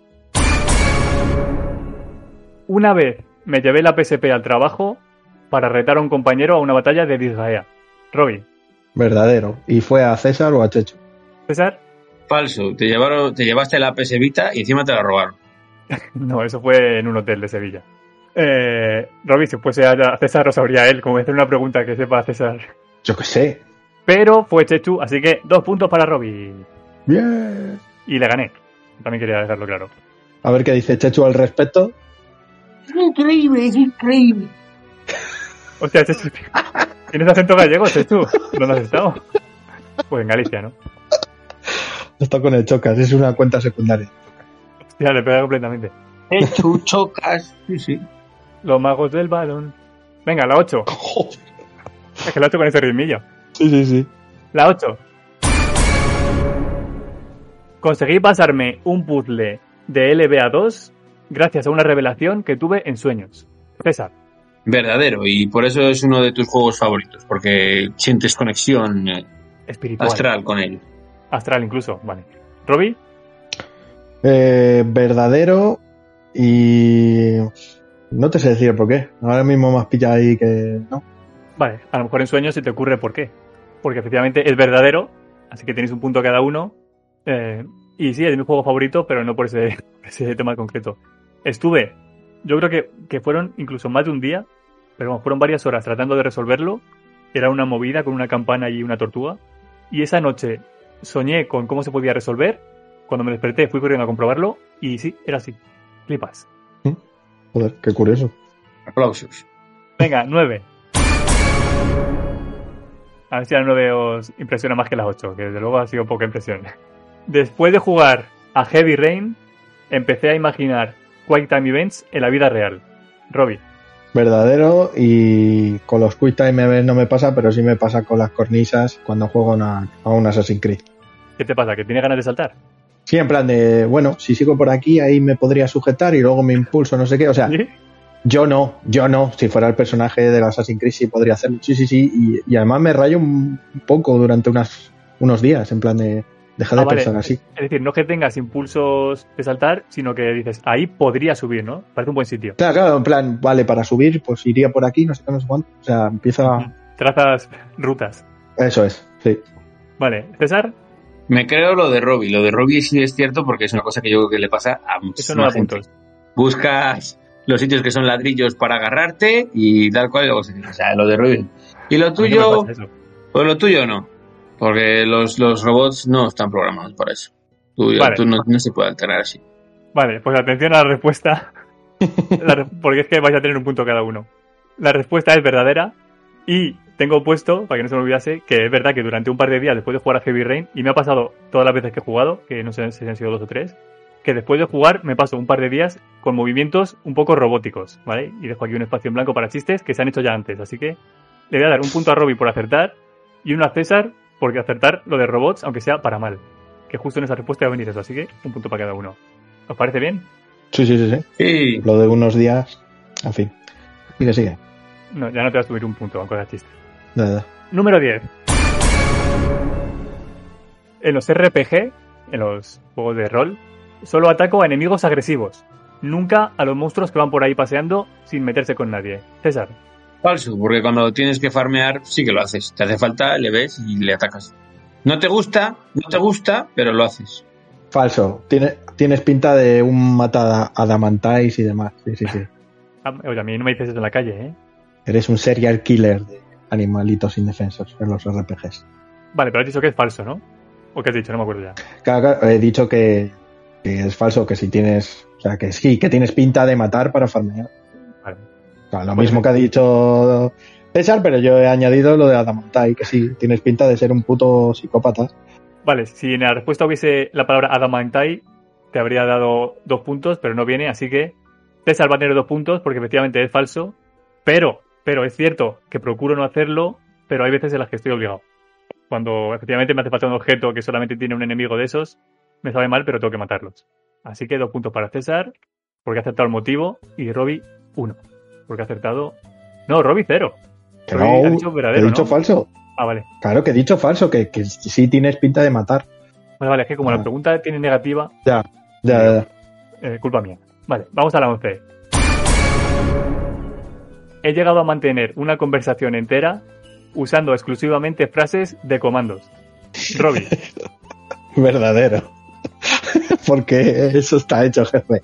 S2: Una vez me llevé la PSP al trabajo para retar a un compañero a una batalla de Disgaea. Robbie,
S4: Verdadero. ¿Y fue a César o a Checho?
S2: César,
S3: (laughs)
S2: (laughs)
S3: Falso, te llevaron, te llevaste la PS Vita y encima te la robaron.
S2: no, eso fue en un hotel de Sevilla. Eh, Robbie, si fuese a César, os sabría él, como hacer una pregunta que sepa César.
S4: Yo qué sé.
S2: Pero fue Chechu, así que dos puntos para Robbie.
S4: Bien.
S2: Y le gané. También quería dejarlo claro.
S4: A ver qué dice Chechu al respecto.
S3: Es increíble, es increíble.
S2: Hostia, Chechu, (laughs) tío. ¿tienes acento gallego, Chechu? ¿Dónde has estado? Pues en Galicia, ¿no?
S4: Está con el Chocas, es una cuenta secundaria.
S2: Hostia, le pega completamente.
S3: Hecho chocas. Sí, sí.
S2: Los magos del balón. Venga, la 8. Es que la 8 con ese ritmillo.
S4: (laughs) Sí, sí, sí.
S2: La 8. Conseguí pasarme un puzzle de LBA 2 gracias a una revelación que tuve en sueños. César.
S3: Verdadero, y por eso es uno de tus juegos favoritos, porque sientes conexión eh,
S2: Espiritual.
S3: astral con él.
S2: Astral incluso, vale. Robbie,
S4: Eh, verdadero y... No te sé decir por qué. Ahora mismo más pilla ahí que... No.
S2: vale. A lo mejor en sueños se te ocurre por qué. Porque efectivamente es verdadero, así que tenéis un punto cada uno. Eh, y sí, es mi juego favorito, pero no por ese, (laughs) por ese tema concreto. Estuve, yo creo que, que fueron incluso más de un día, pero vamos, fueron varias horas tratando de resolverlo. Era una movida con una campana y una tortuga. Y esa noche soñé con cómo se podía resolver. Cuando me desperté fui corriendo a comprobarlo y sí, era así. Flipas.
S4: Joder, qué curioso.
S3: Aplausos.
S2: Venga, 9. A ver si la 9 os impresiona más que las 8, que desde luego ha sido poca impresión. Después de jugar a Heavy Rain, empecé a imaginar Quick Time Events en la vida real. Robbie,
S4: Verdadero y con los Quick Time Events no me pasa, pero sí me pasa con las cornisas cuando juego a una, a un Assassin's Creed.
S2: ¿qué te pasa? ¿Que tienes ganas de saltar?
S4: Sí, en plan de, bueno, si sigo por aquí, ahí me podría sujetar y luego me impulso, no sé qué. O sea,
S2: ¿Sí?
S4: yo no, yo no. Si fuera el personaje del Assassin's Creed, sí podría hacerlo. Sí, sí, sí. Y, y además me rayo un poco durante unas, unos días, en plan de, deja de
S2: Ah, vale.
S4: pensar así.
S2: Es decir, no que tengas impulsos de saltar, sino que dices, ahí podría subir, ¿no? Parece un buen sitio.
S4: Claro, claro, en plan, vale, para subir, pues iría por aquí, no sé qué, no sé cuánto. O sea, empieza.
S2: Trazas rutas.
S4: Eso es, sí.
S2: Vale, César,
S3: Me creo lo de Robbie. Lo de Robbie sí es cierto porque es una cosa que yo creo que le pasa a
S2: eso
S3: muchísima
S2: no da
S3: gente.
S2: puntos.
S3: Buscas los sitios que son ladrillos para agarrarte y tal cual. y luego se- O sea, lo de Robbie. Y lo
S2: A mí no me
S3: tuyo,
S2: pasa eso.
S3: pues lo tuyo no. Porque los, los robots no están programados para eso. Tú,
S2: Vale.
S3: tú no, no se puede alterar así.
S2: Vale, pues atención a la respuesta. La re- porque es que vais a tener un punto cada uno. La respuesta es verdadera. Y tengo puesto, para que no se me olvidase, que es verdad que durante un par de días después de jugar a Heavy Rain, y me ha pasado todas las veces que he jugado, que no sé si han sido dos o tres, que después de jugar me paso un par de días con movimientos un poco robóticos, ¿vale? Y dejo aquí un espacio en blanco para chistes que se han hecho ya antes. Así que le voy a dar un punto a Robbie por acertar y uno a César porque acertar lo de robots, aunque sea para mal. Que justo en esa respuesta va a venir eso, así que un punto para cada uno. ¿Os parece bien?
S4: Sí, sí, sí, sí.
S3: Sí,
S4: Lo de unos días, en fin. Sigue, sigue.
S2: No, ya no te vas a subir un punto, con las chistes.
S4: Da, da.
S2: Número 10. En los RPG, en los juegos de rol, solo ataco a enemigos agresivos. Nunca a los monstruos que van por ahí paseando sin meterse con nadie. César,
S3: Falso, porque cuando tienes que farmear sí que lo haces. Te hace falta, le ves y le atacas. No te gusta, no te gusta, pero lo haces.
S4: Falso. Tiene- tienes pinta de un matada adamantais y demás.
S2: (laughs)
S4: Sí, sí, sí.
S2: a, Ah, oye, a mí no me dices eso en la calle, ¿eh?
S4: Eres un serial killer de animalitos indefensos en los RPGs.
S2: Vale, pero has dicho que es falso, ¿no? ¿O qué has dicho? No me acuerdo ya.
S4: Claro, claro, he dicho que, que es falso, que si tienes. O sea, que sí, que tienes pinta de matar para farmear.
S2: Vale.
S4: O sea, lo mismo que ha dicho César, pero yo he añadido lo de Adamantai, que sí, tienes pinta de ser un puto psicópata.
S2: Vale, si en la respuesta hubiese la palabra Adamantai, te habría dado dos puntos, pero no viene, así que César va a tener dos puntos porque efectivamente es falso. Pero, pero es cierto que procuro no hacerlo, pero hay veces en las que estoy obligado. Cuando efectivamente me hace falta un objeto que solamente tiene un enemigo de esos, me sabe mal, pero tengo que matarlos. Así que dos puntos para César, porque ha acertado el motivo, y Robbie, uno, porque ha acertado. No, Robbie, cero.
S4: Que
S2: Pero
S4: no,
S2: ha dicho
S4: he
S2: verdadero,
S4: dicho
S2: ¿no?
S4: falso.
S2: Ah, vale.
S4: Claro que he dicho falso, que, que sí tienes pinta de matar.
S2: Vale, vale, es que como
S4: Ah.
S2: la pregunta tiene negativa,
S4: Ya, ya, ya.
S2: eh, culpa mía. Vale, vamos a la 11. He llegado a mantener una conversación entera usando exclusivamente frases de comandos. Robbie,
S4: verdadero. (laughs) Porque eso está hecho, jefe.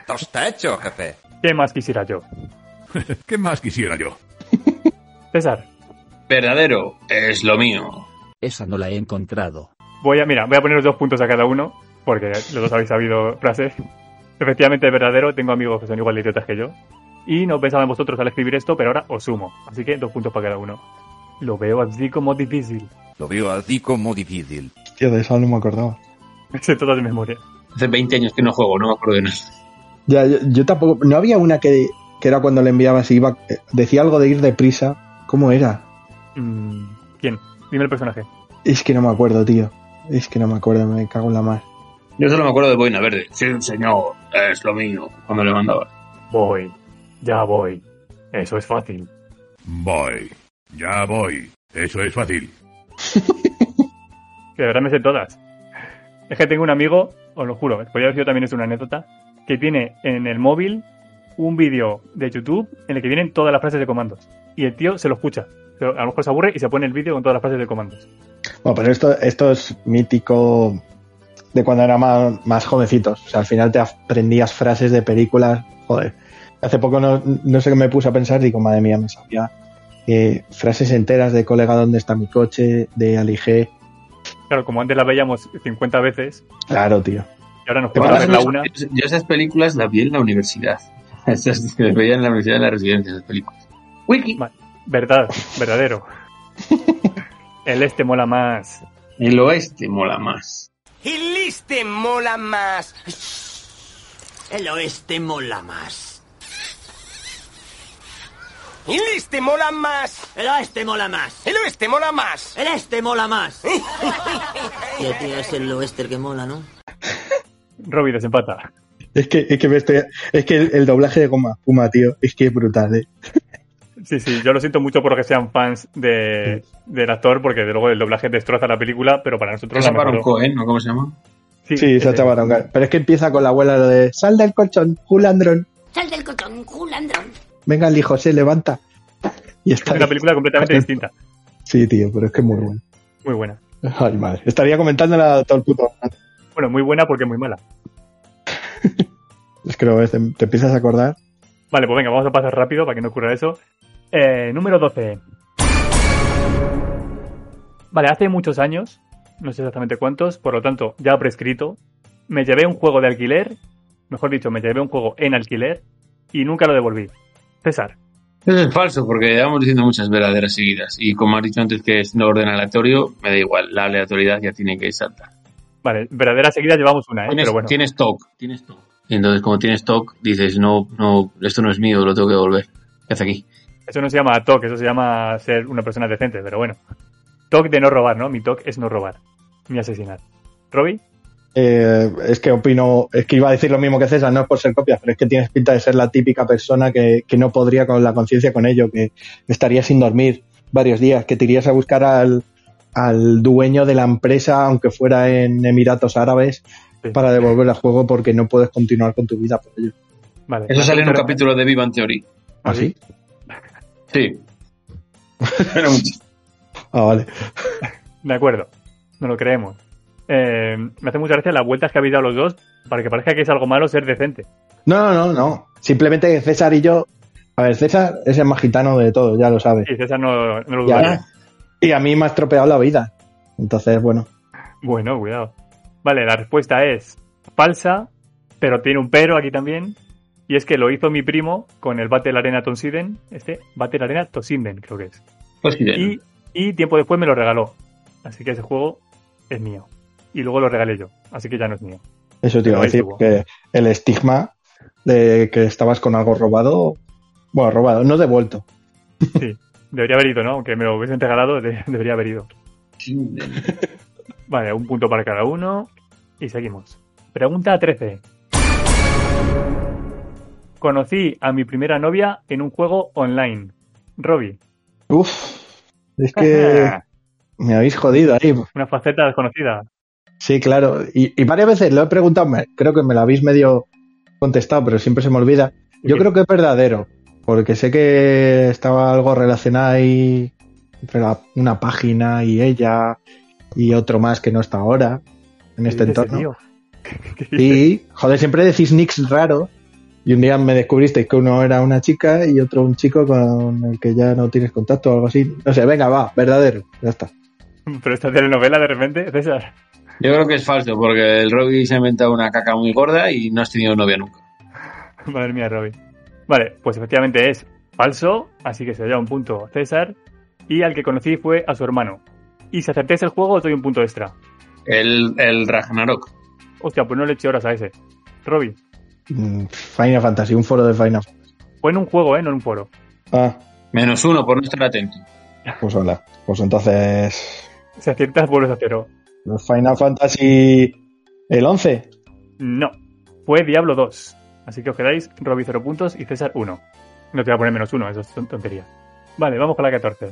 S1: Esto está hecho, jefe.
S2: ¿qué más quisiera yo?
S5: ¿Qué más quisiera yo?
S2: César,
S3: Verdadero es lo mío.
S6: Esa no la he encontrado.
S2: voy a, mira, voy a poner dos puntos a cada uno, porque los dos habéis sabido frases. Efectivamente, es verdadero, tengo amigos que son igual de idiotas que yo. Y no pensaba en vosotros al escribir esto, pero ahora os sumo. Así que dos puntos para cada uno. Lo veo así como difícil. (laughs)
S1: Lo veo así como difícil.
S4: Tío, de eso no me acordaba.
S2: Me sé todas de memoria.
S3: Hace 20 años que no juego, no me acuerdo de nada.
S4: Ya, yo, yo tampoco. No había una que, que era cuando le enviabas y iba. eh, Decía algo de ir deprisa. ¿Cómo era?
S2: Mm, ¿Quién? Dime el personaje.
S4: Es que no me acuerdo, tío. Es que no me acuerdo, me cago en la mar.
S3: Yo solo me acuerdo de Boina Verde. Sí, señor, es lo mío. Cuando le mandaba.
S2: Voy, ya voy. Eso es fácil.
S5: Voy. Ya voy. Eso es fácil.
S2: Que de verdad me sé todas. Es que tengo un amigo, os lo juro, eh, podría decir también es una anécdota, que tiene en el móvil un vídeo de YouTube en el que vienen todas las frases de comandos. Y el tío se lo escucha. Pero a lo mejor se aburre y se pone el vídeo con todas las frases de comandos.
S4: Bueno, pero esto, esto es mítico de cuando era más, más jovencitos. O sea, al final te aprendías frases de películas. Joder. Hace poco no, no sé qué me puse a pensar. Digo, madre mía, me sabía eh, frases enteras de colega, ¿dónde está mi coche? De Aligé.
S2: Claro, como antes las veíamos 50 veces
S4: Claro, tío.
S2: y ahora nos
S4: Te
S2: podemos
S4: vas
S2: ver
S4: a
S2: la
S3: esas-
S2: una.
S3: yo esas películas las vi en la universidad. (laughs) Esas que las veía en la universidad en la residencia, esas películas. Wiki.
S2: Verdad,
S4: (laughs)
S2: verdadero. El este mola más.
S3: El oeste mola más.
S7: El este mola más. El oeste mola más. El este mola más. El oeste mola más. El oeste mola más. El este mola (laughs) más.
S8: Ya, tío, es el oester que mola, ¿no?
S2: Robbie desempata.
S4: Es que, es que, me estoy- es que el, el doblaje de Goma Puma, tío, es que es brutal, ¿eh?
S2: Sí, sí, yo lo siento mucho por los que sean fans de, del actor, porque de luego el doblaje destroza la película, pero para nosotros
S3: Rosa
S2: la mejoró.
S3: Baron Cohen, ¿no? ¿Cómo se llama?
S4: Sí,
S2: ese.
S4: esa chavarón. claro. Pero es que empieza con la abuela lo de sal del colchón, Julandrón.
S9: Sal del colchón, Julandrón.
S4: Venga, el hijo, se levanta. Y
S2: Es
S4: está.
S2: una película completamente distinta.
S4: Sí, tío, pero es que es muy bueno.
S2: Muy buena.
S4: Ay, madre. Estaría comentándola todo el puto. rato.
S2: Bueno, muy buena porque muy mala.
S4: Es que lo ves, te, te empiezas a acordar.
S2: Vale, pues venga, vamos a pasar rápido para que no ocurra eso. Eh, número 12. Vale, hace muchos años, no sé exactamente cuántos, por lo tanto, ya prescrito, me llevé un juego de alquiler, mejor dicho, me llevé un juego en alquiler y nunca lo devolví. César,
S3: Eso es falso, porque llevamos diciendo muchas verdaderas seguidas. Y como has dicho antes que es no orden aleatorio, me da igual. La aleatoriedad ya tiene que saltar.
S2: vale, verdadera seguida llevamos una, ¿eh?
S3: Tienes,
S2: pero bueno.
S3: tienes TOC. Ah, Tienes TOC. Y entonces, como tienes TOC, dices, no, no, esto no es mío, lo tengo que devolver. ¿Qué hace aquí?
S2: Eso no se llama TOC, eso se llama ser una persona decente, pero bueno. TOC de no robar, ¿no? Mi TOC es no robar, ni asesinar. ¿Robbie?
S4: Eh, es que opino, es que iba a decir lo mismo que César, no es por ser copia, pero es que tienes pinta de ser la típica persona que, que no podría con la conciencia con ello, que estaría sin dormir varios días, que te irías a buscar al, al dueño de la empresa, aunque fuera en Emiratos Árabes,
S2: Sí.
S4: para devolver el juego porque no puedes continuar con tu vida por ello.
S2: Vale.
S3: Eso sale en un capítulo de Vivan Theory.
S2: ¿Ah, sí?
S3: Sí. Era (laughs) mucho.
S4: Ah, vale.
S2: De acuerdo, no lo creemos. Eh, me hace mucha gracia las vueltas que habéis dado los dos para que parezca que es algo malo ser decente.
S4: No, no, no, no. Simplemente César y yo. A ver, César es el más gitano de todos, ya lo sabes.
S2: Y César no, no lo
S4: Ya.
S2: dudaría.
S4: Y a mí me ha estropeado la vida. Entonces, bueno.
S2: Bueno, cuidado. Vale, la respuesta es falsa, pero tiene un pero aquí también. Y es que lo hizo mi primo con el Battle Arena Tonsiden. Este, Battle Arena Tosinden, creo que es.
S3: Pues sí,
S2: Y, y tiempo después me lo regaló. Así que ese juego es mío. Y luego lo regalé yo. Así que ya no es mío.
S4: Eso te iba
S2: Pero
S4: a
S2: ahí
S4: decir,
S2: estuvo.
S4: que el estigma de que estabas con algo robado, bueno, robado, no devuelto.
S2: Debería haber ido, ¿no? Aunque me lo hubiesen regalado, de- (laughs) debería haber ido.
S3: Kindle.
S2: Vale, un punto para cada uno. Y seguimos. Pregunta 13. Conocí a mi primera novia en un juego online. Robbie,
S4: Uf, es
S2: (laughs)
S4: que me habéis jodido ahí.
S2: Una faceta desconocida.
S4: Sí, claro. Y, y varias veces lo he preguntado, me- creo que me lo habéis medio contestado, pero siempre se me olvida. Yo
S2: Sí.
S4: creo que es verdadero, porque sé que estaba algo relacionado ahí entre la- una página y ella y otro más que no está ahora en este
S2: ¿Qué dice ese
S4: entorno.
S2: tío? (laughs) ¿Qué dice?
S4: Y, (laughs) joder, siempre decís nicks raro. Y un día me descubristeis que uno era una chica y otro un chico con el que ya no tienes contacto o algo así. No sé, venga, va, verdadero. Ya está.
S2: (laughs) Pero esta telenovela de repente, César.
S3: Yo creo que es falso, porque el Robbie se ha inventado una caca muy gorda y no has tenido novia nunca.
S2: (laughs) Madre mía, Robin. Vale, pues efectivamente es falso, así que se le da un punto a César. Y al que conocí fue a su hermano. Y si acertéis el juego, os doy un punto extra.
S3: El, el Ragnarok.
S2: Hostia, pues no le eché horas a ese. Robin,
S4: Mm, Final Fantasy, un foro de Final Fantasy.
S2: fue en un juego, ¿eh? No en un foro.
S4: Ah,
S3: Menos uno por no estar atento.
S4: (laughs) pues hola. Pues entonces.
S2: Si aciertas, vuelves a cero.
S4: ¿los Final Fantasy. El 11.
S2: No. Fue Diablo 2. Así que os quedáis Robin 0 puntos y César 1. No te voy a poner menos 1, eso es ton- tontería. Vale, vamos con la 14.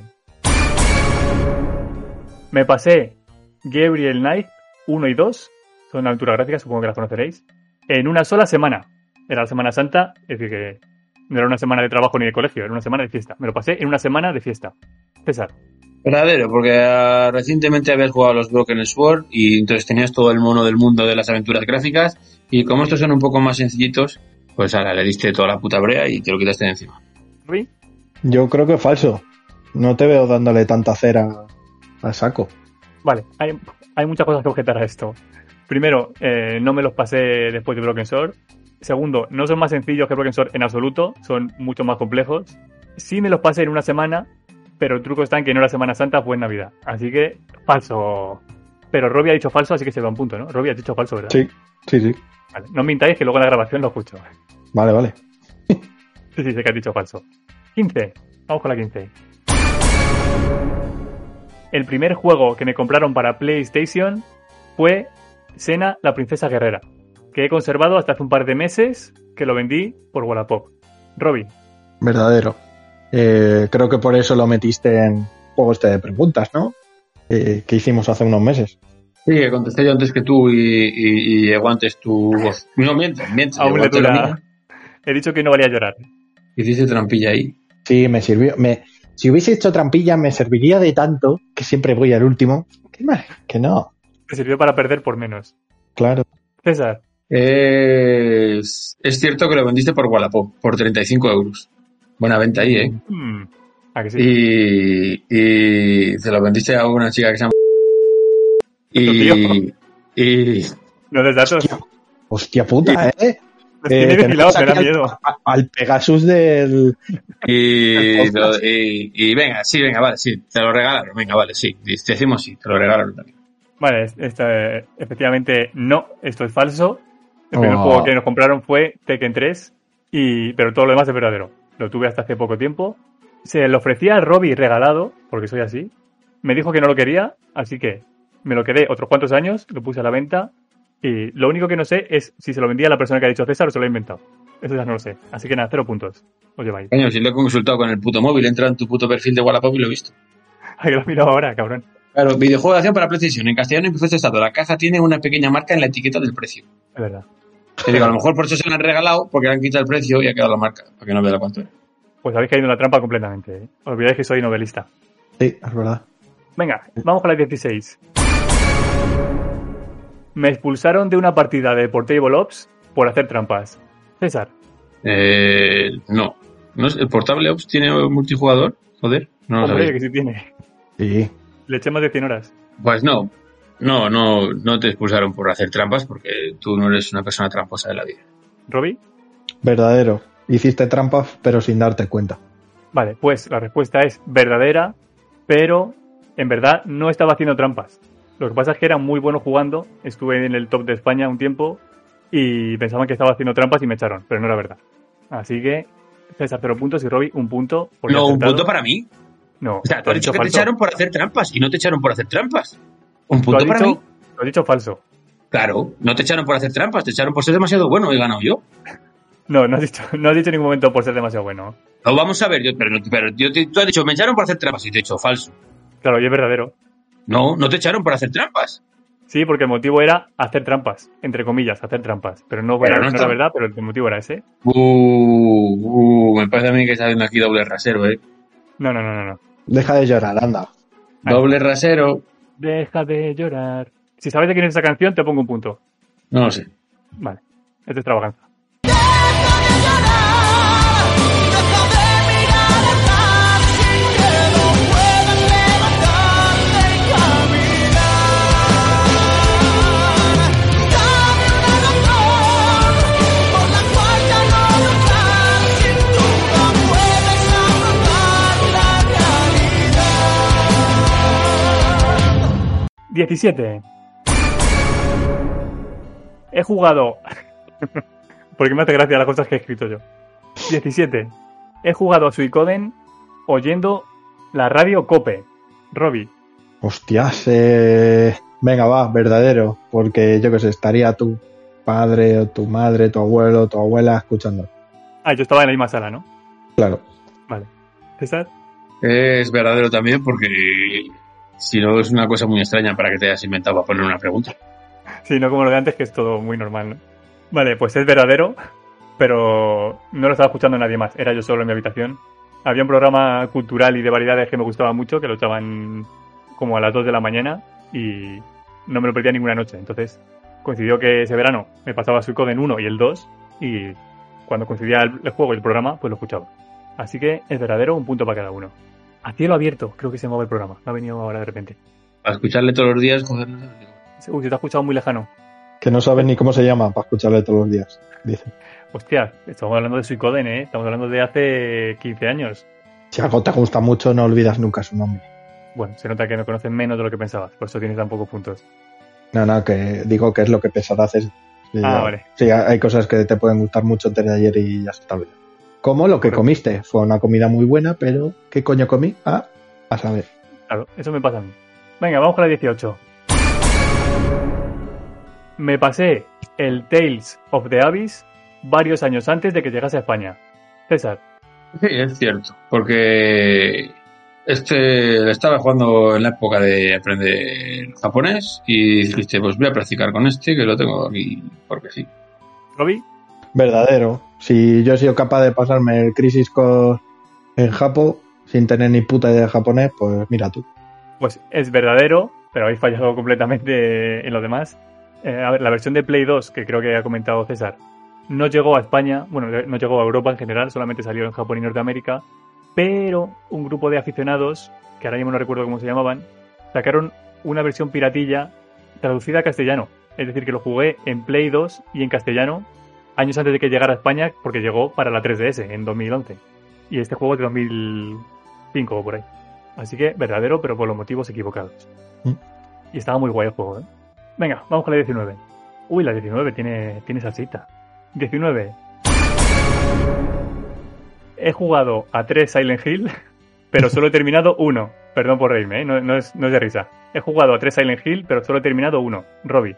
S2: Me pasé Gabriel Knight 1 y 2. Son aventuras gráficas, supongo que las conoceréis. En una sola semana. Era la Semana Santa, es decir, que no era una semana de trabajo ni de colegio, era una semana de fiesta. Me lo pasé en una semana de fiesta. César,
S3: Verdadero, porque ah, recientemente habías jugado a los Broken Sword y entonces tenías todo el mono del mundo de las aventuras gráficas y como estos son un poco más sencillitos, pues ahora le diste toda la puta brea y te lo quitaste de encima.
S2: Robin,
S4: Yo creo que es falso. No te veo dándole tanta cera a saco.
S2: Vale, hay, hay muchas cosas que objetar a esto. Primero, eh, no me los pasé después de Broken Sword. Segundo, no son más sencillos que Broken Sword en absoluto, son mucho más complejos. Sí me los pasé en una semana, pero el truco está en que no era Semana Santa, fue en Navidad. Así que, falso. Pero Robbie ha dicho falso, así que se va un punto, ¿no? Robbie ha dicho falso, ¿verdad?
S4: sí, sí.
S2: Vale, no mintáis que luego en la grabación lo escucho.
S4: Vale, vale.
S2: Sí, sí, sé que has dicho falso. 15. Vamos con la 15. El primer juego que me compraron para PlayStation fue Sena, la princesa guerrera, que he conservado hasta hace un par de meses que lo vendí por Wallapop. Robin,
S4: Verdadero. Eh, creo que por eso lo metiste en juego este de preguntas, ¿no? Eh, que hicimos hace unos meses.
S3: Sí, que contesté yo antes que tú y, y, y llegó antes tu voz. No, mientes, mientes.
S2: aún
S3: llegó
S2: le
S3: antes la
S2: dura.
S3: mía.
S2: He dicho que no valía llorar.
S3: Hiciste trampilla ahí.
S4: Sí, me sirvió. Me, si hubiese hecho trampilla, me serviría de tanto que siempre voy al último. Que, no, que no,
S2: Me sirvió para perder por menos.
S4: claro.
S2: César,
S3: Es, es cierto que lo vendiste por Wallapop, por 35 euros. Buena venta ahí, ¿eh?
S2: hmm, ¿a que sí?
S3: Y, y se lo vendiste a una chica que se llama... Y, y
S2: No des datos.
S4: Hostia puta, ¿eh?
S2: Los tiene (laughs)
S4: tenemos
S2: vigilados, me
S4: aquí
S2: da
S4: al-
S2: miedo.
S4: a- Al Pegasus del.
S3: Y, lo- y, y venga, sí, venga, vale, sí, te lo regalaron, venga, vale, sí, te decimos sí, te lo regalaron también.
S2: Vale, es- esta, eh, efectivamente no, esto es falso. El primer
S4: Oh.
S2: juego que nos compraron fue Tekken 3, y, pero todo lo demás es verdadero. Lo tuve hasta hace poco tiempo. Se lo ofrecía a Robbie regalado, porque soy así. Me dijo que no lo quería, así que me lo quedé otros cuantos años, lo puse a la venta. Y lo único que no sé es si se lo vendía a la persona que ha dicho César o se lo ha inventado. Eso ya no lo sé. Así que nada, cero puntos. Os lleváis. (laughs)
S3: Coño, si lo he consultado con el puto móvil, entra en tu puto perfil de Wallapop y lo he visto.
S2: Ay, que lo has mirado ahora, cabrón.
S3: Claro, videojuego de acción para PlayStation, en castellano y perfecto estado, la caja tiene una pequeña marca en la etiqueta del precio.
S2: Es verdad.
S3: Te digo, a lo mejor por eso se lo han regalado, porque le han quitado el precio y ha quedado la marca, para que no vea cuánto era.
S2: Pues habéis caído en la trampa completamente. ¿eh? Olvidáis que soy novelista.
S4: Sí, es verdad.
S2: Venga, vamos con la 16. Me expulsaron de una partida de Portable Ops por hacer trampas. César,
S3: Eh, no. no sé, ¿El portable Ops tiene multijugador? Joder, no lo
S2: hombre,
S3: sabía.
S2: que sí tiene.
S4: Sí.
S2: Le eché más de 100 horas.
S3: Pues no, no, no, no te expulsaron por hacer trampas, porque tú no eres una persona tramposa de la vida.
S2: ¿Robbie?
S4: Verdadero. Hiciste trampas, pero sin darte cuenta.
S2: Vale, pues la respuesta es verdadera, pero en verdad no estaba haciendo trampas. Lo que pasa es que era muy bueno jugando, estuve en el top de España un tiempo y pensaban que estaba haciendo trampas y me echaron, pero no era verdad. Así que César cero puntos y Robbie un punto. por
S3: No, un
S2: acertado.
S3: punto para mí.
S2: No,
S3: O sea,
S2: tú
S3: tú
S2: has
S3: has dicho que te
S2: falso.
S3: echaron por hacer trampas y no te echaron por hacer trampas. Un
S2: Tú has
S3: punto para
S2: dicho-
S3: mí.
S2: tú has dicho falso.
S3: Claro, no te echaron por hacer trampas, te echaron por ser demasiado bueno, he ganado yo.
S2: (laughs) No, no has dicho, no has dicho en ningún momento por ser demasiado bueno.
S3: Lo vamos a ver, yo, pero, no- pero yo te- tú has dicho, me echaron por hacer trampas y te he dicho falso.
S2: Claro, y es verdadero.
S3: No, no te echaron por hacer trampas.
S2: Sí, porque el motivo era hacer trampas, entre comillas, hacer trampas. Pero no,
S3: Pero
S2: era,
S3: no
S2: no era
S3: está-
S2: verdad, pero el motivo era ese.
S3: Uh, uh, me parece a mí que está haciendo aquí doble rasero, ¿eh?
S2: No, no, no, no. no.
S4: Deja de llorar, anda.
S2: Ahí.
S3: Doble rasero,
S2: Deja de llorar. Si sabes de quién es esa canción, te pongo un punto.
S3: no lo sé.
S2: Vale, es de extravaganza. ¡17! He jugado. (laughs) Porque me hace gracia las cosas que he escrito yo. 17. He jugado a Suicoden oyendo la radio Cope. Robbie.
S4: Hostias, eh, venga, va, verdadero. Porque yo qué sé, estaría tu padre o tu madre, tu abuelo, tu abuela escuchando.
S2: Ah, yo estaba en la misma sala, ¿no?
S4: Claro.
S2: César.
S3: Es verdadero también porque si no es una cosa muy extraña para que te hayas inventado para poner una pregunta.
S2: Sí, no como lo de antes, que es todo muy normal, ¿no? Vale, pues es verdadero, pero no lo estaba escuchando nadie más. Era yo solo en mi habitación. Había un programa cultural y de variedades que me gustaba mucho, que lo echaban como a las 2 de la mañana y no me lo perdía ninguna noche. Entonces coincidió que ese verano me pasaba Suicoden 1 y el 2 y cuando coincidía el, el juego y el programa, pues lo escuchaba. Así que es verdadero, un punto para cada uno. A cielo abierto, creo que se llamaba el programa. Me ha venido ahora de repente.
S3: A escucharle todos los días, joder, no sé.
S2: Uy, se te ha escuchado muy lejano.
S4: Que no sabes ni cómo se llama para escucharle todos los días. Dice.
S2: Hostia, estamos hablando de Suicoden, ¿eh? Estamos hablando de hace 15 años.
S4: Si algo te gusta mucho, no olvidas nunca su nombre.
S2: Bueno, se nota que me conocen menos de lo que pensabas, por eso tienes tan pocos puntos.
S4: No, no, que digo que es lo que pensarás. es- Sí,
S2: Ah,
S4: ya.
S2: vale.
S4: Sí, hay cosas que te pueden gustar mucho antes de ayer y ya se está bien. Como lo que
S2: Correcto.
S4: comiste. Fue una comida muy buena, pero ¿qué coño comí? Ah, a saber.
S2: Claro, eso me pasa a mí. Venga, vamos con la 18. Me pasé el Tales of the Abyss varios años antes de que llegase a España. César,
S3: Sí, es cierto, porque este lo estaba jugando en la época de aprender japonés y dijiste, pues voy a practicar con este, que lo tengo aquí, porque sí.
S2: Robbie,
S4: Verdadero. Si yo he sido capaz de pasarme el Crisis Core en Japo sin tener ni puta idea de japonés, pues mira tú.
S2: pues es verdadero, pero habéis fallado completamente en lo demás. Eh, a ver, la versión de Play 2, que creo que ha comentado César, no llegó a España, bueno, eh, no llegó a Europa en general, solamente salió en Japón y Norteamérica, pero un grupo de aficionados, que ahora mismo no recuerdo cómo se llamaban, sacaron una versión piratilla traducida a castellano. Es decir, que lo jugué en Play 2 y en castellano años antes de que llegara a España, porque llegó para la 3DS en 2011. Y este juego es de 2005 o por ahí. Así que verdadero, pero por los motivos equivocados.
S4: Mm.
S2: Y estaba muy guay el juego, ¿eh? Venga, vamos con la 19. Uy, la 19 tiene, tiene salsita. 19. He jugado a 3 Silent Hill, (laughs) pero solo he terminado uno. Perdón por reírme, ¿eh? no, no es, no es de risa. He jugado a 3 Silent Hill, pero solo he terminado uno. Robbie,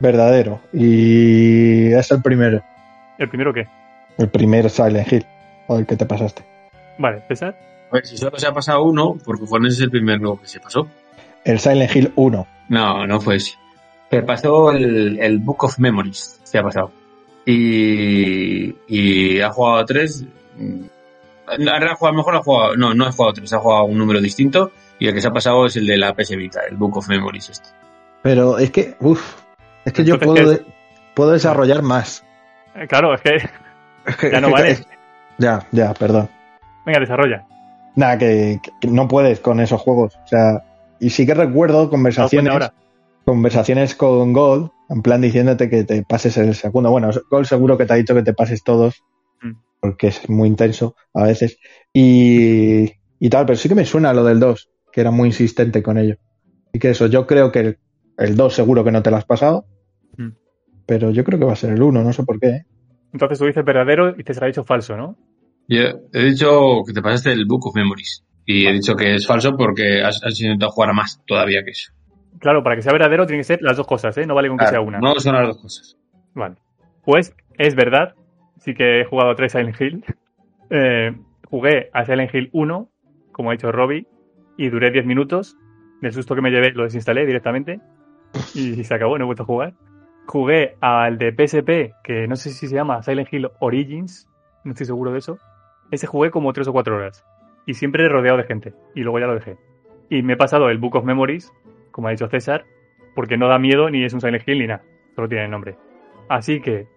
S4: Verdadero. Y es el primero.
S2: ¿el primero qué?
S4: El primer Silent Hill. Joder, ¿qué te pasaste?
S2: Vale, César.
S3: A ver, si solo se ha pasado uno, porque Juanes es el primero que se pasó.
S4: El Silent Hill 1.
S3: No, no fue ese. Se pasó el, el Book of Memories, se ha pasado. Y, y ha jugado a tres. mm, Ahora ha jugado- a lo mejor ha jugado, no, no ha jugado a tres, ha jugado a un número distinto. Y el que se ha pasado es el de la PS Vita, el Book of Memories este.
S4: Pero es que, uff, es que yo
S2: Entonces,
S4: puedo,
S2: ¿qué?
S4: de- puedo desarrollar más.
S2: Eh, Claro, es que (laughs)
S4: Es que-
S2: ya no
S4: (laughs) es que-
S2: vale.
S4: es- Ya, ya, perdón.
S2: Venga, desarrolla.
S4: Nada, que, que no puedes con esos juegos. O sea, y sí que recuerdo conversaciones,
S2: ahora.
S4: conversaciones con Gold, en plan diciéndote que te pases el segundo. Bueno, Gold seguro que te ha dicho que te pases todos,
S2: Mm.
S4: porque es muy intenso a veces. Y, y tal, pero sí que me suena lo del 2, que era muy insistente con ello. Y que eso, yo creo que el, el 2 seguro que no te lo has pasado,
S2: Mm.
S4: pero yo creo que va a ser el 1, no sé por qué. ¿eh?
S2: Entonces tú dices verdadero y te será dicho falso, ¿no?
S3: Yo he dicho que te pasaste el Book of Memories. Y he dicho que es falso porque has, has intentado jugar a más todavía que eso.
S2: Claro, para que sea verdadero tienen que ser las dos cosas, ¿eh? No vale con que sea
S3: Claro,
S2: una.
S3: No son las dos cosas.
S2: Vale. Pues es verdad, sí que he jugado a 3 Silent Hill. (laughs) Eh, jugué a Silent Hill 1, como ha dicho Robbie, y duré 10 minutos. Del susto que me llevé lo desinstalé directamente y (laughs) se acabó, no he vuelto a jugar. Jugué al de PSP, que no sé si se llama Silent Hill Origins, no estoy seguro de eso. Ese jugué como 3 o 4 horas y siempre rodeado de gente y luego ya lo dejé. Y me he pasado el Book of Memories, como ha dicho César, porque no da miedo ni es un Silent Hill ni nada, solo tiene el nombre. Así que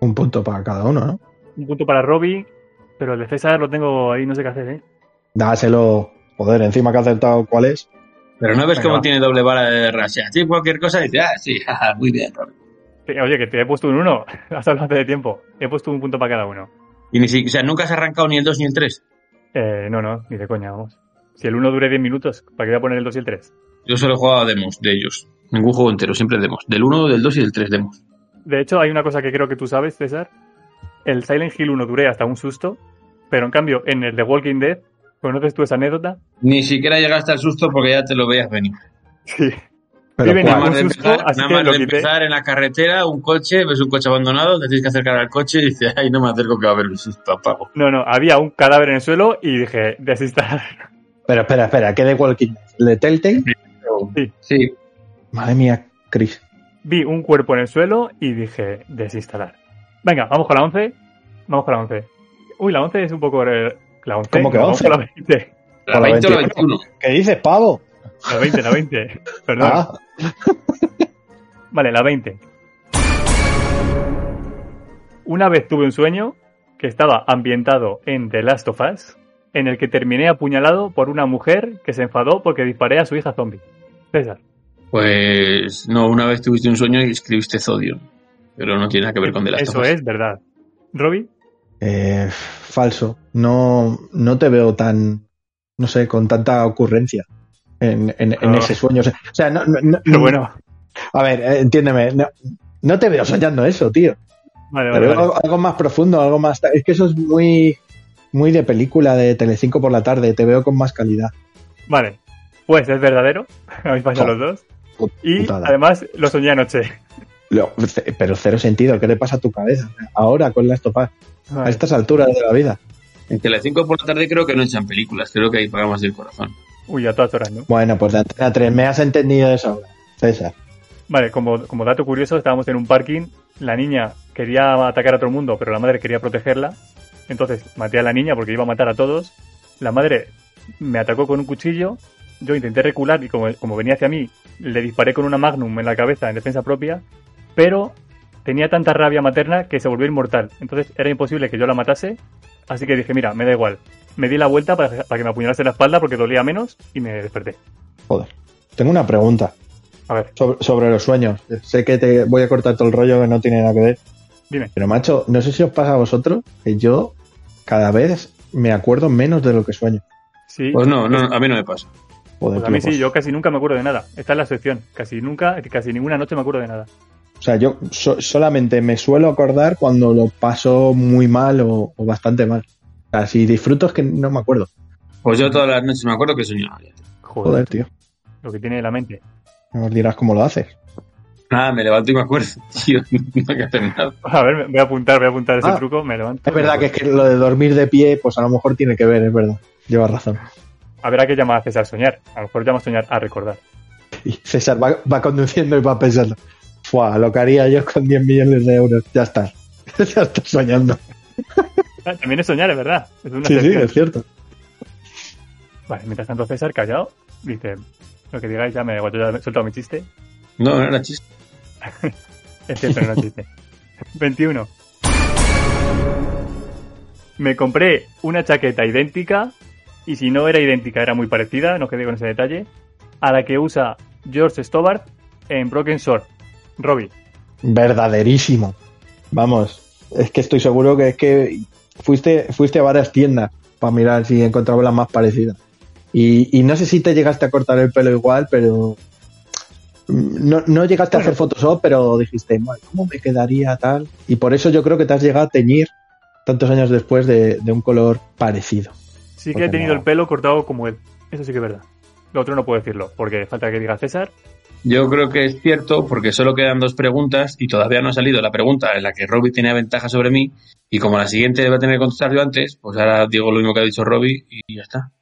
S4: Un punto para cada uno, ¿no?
S2: un punto para Robbie, pero el de César lo tengo ahí, no sé qué hacer, ¿eh?
S4: Dáselo, joder, encima que ha acertado cuál es.
S3: Pero no ves
S2: Venga,
S3: cómo
S2: va.
S3: tiene doble vara de rasha. Sí, cualquier cosa dice, ah, sí, (laughs) jaja, muy bien, Robin.
S2: Te- Oye, que te he puesto un 1, (laughs) has hablado antes de tiempo. He puesto un punto para cada uno.
S3: Y ni si, o sea, nunca has arrancado ni el 2 ni el 3.
S2: Eh, no, no, ni de coña, vamos. Si el 1 dure 10 minutos, ¿para qué voy a poner el 2 y el 3?
S3: Yo solo he jugado a demos de ellos. Ningún juego entero, siempre demos. Del 1, del 2 y del 3 demos.
S2: De hecho, hay una cosa que creo que tú sabes, César. El Silent Hill 1 duré hasta un susto, pero en cambio, en el de Walking Dead, ¿conoces tú esa anécdota?
S3: Ni siquiera llegaste al susto porque ya te lo veías venir.
S2: Sí.
S4: Pero
S2: Viven
S3: Nada
S4: ¿cuál?
S2: Ningún
S3: más de,
S2: susto,
S3: empezar,
S2: así
S3: nada
S2: que
S3: más
S2: lo
S3: de
S2: quité.
S3: empezar en la carretera, un coche, ves un coche abandonado, te tienes que acercar al coche y dices, ay, no me acerco que va a haber un susto, apago.
S2: No, no, había un cadáver en el suelo y dije, desinstalar.
S4: Pero espera, espera, ¿qué de Walking Dead? ¿El de Telltale?
S2: Sí.
S3: Sí,
S4: Madre mía, Chris.
S2: Vi un cuerpo en el suelo y dije, desinstalar. Venga, vamos con la 11. Vamos con la 11. Uy, la 11 es un poco... eh, La 11.
S4: ¿Cómo que
S2: no, vamos
S4: 11?
S2: con la 20.
S3: la
S4: Hola,
S3: 20 o la
S4: 21.
S3: 21.
S4: ¿Qué dices, pavo?
S2: La 20, la
S4: (laughs)
S2: 20. Perdón.
S4: Ah,
S2: Vale, la 20. Una vez tuve un sueño que estaba ambientado en The Last of Us, en el que terminé apuñalado por una mujer que se enfadó porque disparé a su hija zombie. César.
S3: Pues no, una vez tuviste un sueño y escribiste Zodion. Pero no tiene nada que ver con de las
S2: Eso es verdad. Robbie,
S4: eh, falso. No, no te veo tan, no sé, con tanta ocurrencia en, en- en
S2: Ah.
S4: ese sueño. O sea, o sea, no, no- no-
S2: pero bueno.
S4: A ver, eh, entiéndeme. No, no te veo soñando eso, tío.
S2: Vale, vale,
S4: Pero
S2: vale.
S4: algo, algo más profundo, algo más. Es que eso es muy, muy de película de Telecinco por la tarde. Te veo con más calidad.
S2: Vale. Pues es verdadero. (laughs) Habéis pasado los dos.
S4: Put-
S2: Y
S4: putada.
S2: además lo soñé anoche.
S4: Lo- ce- pero cero sentido. ¿Qué le pasa a tu cabeza ahora con la estopa? A
S2: Vale.
S4: estas alturas de la vida.
S3: En Telecinco por la tarde creo que no echan películas, creo que ahí pagamos del corazón.
S2: Uy, a todas horas, ¿no?
S4: Bueno, pues de Antena 3, me has entendido de esa hora, César.
S2: Vale, como, como dato curioso, estábamos en un parking, la niña quería atacar a todo el mundo, pero la madre quería protegerla, entonces maté a la niña porque iba a matar a todos, la madre me atacó con un cuchillo, yo intenté recular y como, como venía hacia mí, le disparé con una magnum en la cabeza en defensa propia, pero tenía tanta rabia materna que se volvió inmortal, entonces era imposible que yo la matase, así que dije, mira, me da igual. Me di la vuelta para, para que me apuñalase en la espalda porque dolía menos y me desperté.
S4: Joder. Tengo una pregunta
S2: A ver,
S4: sobre, sobre los sueños. Sé que te voy a cortar todo el rollo que no tiene nada que ver.
S2: dime.
S4: Pero macho, no sé si os pasa a vosotros que yo cada vez me acuerdo menos de lo que sueño.
S2: Sí.
S3: Pues no, no, a mí no me pasa.
S4: Joder,
S2: Pues a mí
S4: tío, pues-
S2: sí, yo casi nunca me acuerdo de nada. Está en la sección. Casi nunca, casi ninguna noche me acuerdo de nada.
S4: O sea, yo so- solamente me suelo acordar cuando lo paso muy mal o, o bastante mal. O sea, si disfruto es que no me acuerdo.
S3: Pues yo todas las noches me acuerdo que soñaba. ya.
S2: Joder,
S4: Joder, tío.
S2: lo que tiene la mente. (laughs)
S4: Nos dirás cómo lo haces.
S3: Nada, Ah, me levanto y me acuerdo, (laughs) tío, no hay que hacer nada.
S2: A ver, me- voy a apuntar, voy a apuntar ese
S4: Ah,
S2: truco, me levanto.
S4: Es verdad que es que lo de dormir de pie, pues a lo mejor tiene que ver, es verdad. Llevas razón.
S2: Habrá que llamar a César soñar. A lo mejor llama a soñar a recordar.
S4: Y César va, va conduciendo y va pensando, ¡fua! Lo que haría yo con 10 millones de euros. Ya está. (laughs) ya está soñando.
S2: Ah, también es soñar, es verdad. Es una
S4: Sí, sí,
S2: sección.
S4: es cierto.
S2: Vale, mientras tanto César, callado, dice, lo que digáis ya me da igual, yo ya he soltado mi chiste.
S3: No, no era chiste.
S2: Es cierto, Este no (laughs) existe. 21. Me compré una chaqueta idéntica, y si no era idéntica, era muy parecida, no quedé con ese detalle, a la que usa George Stobart en Broken Sword. Robbie,
S4: Verdaderísimo. Vamos, es que estoy seguro que es que fuiste, fuiste a varias tiendas para mirar si encontrabas la más parecida. Y, y no sé si te llegaste a cortar el pelo igual, pero mm, no, no llegaste a hacer Photoshop, pero dijiste, "Madre, ¿cómo me quedaría tal? Y por eso yo creo que te has llegado a teñir tantos años después de, de un color parecido.
S2: sí que
S4: Porque
S2: he tenido
S4: no.
S2: el pelo cortado como él. Eso sí que es verdad. Lo otro no puedo decirlo, porque falta que diga César
S3: Yo creo que es cierto porque solo quedan dos preguntas y todavía no ha salido la pregunta en la que Robbie tenía ventaja sobre mí y como la siguiente va a tener que contestar yo antes, pues ahora digo lo mismo que ha dicho Robbie y ya está.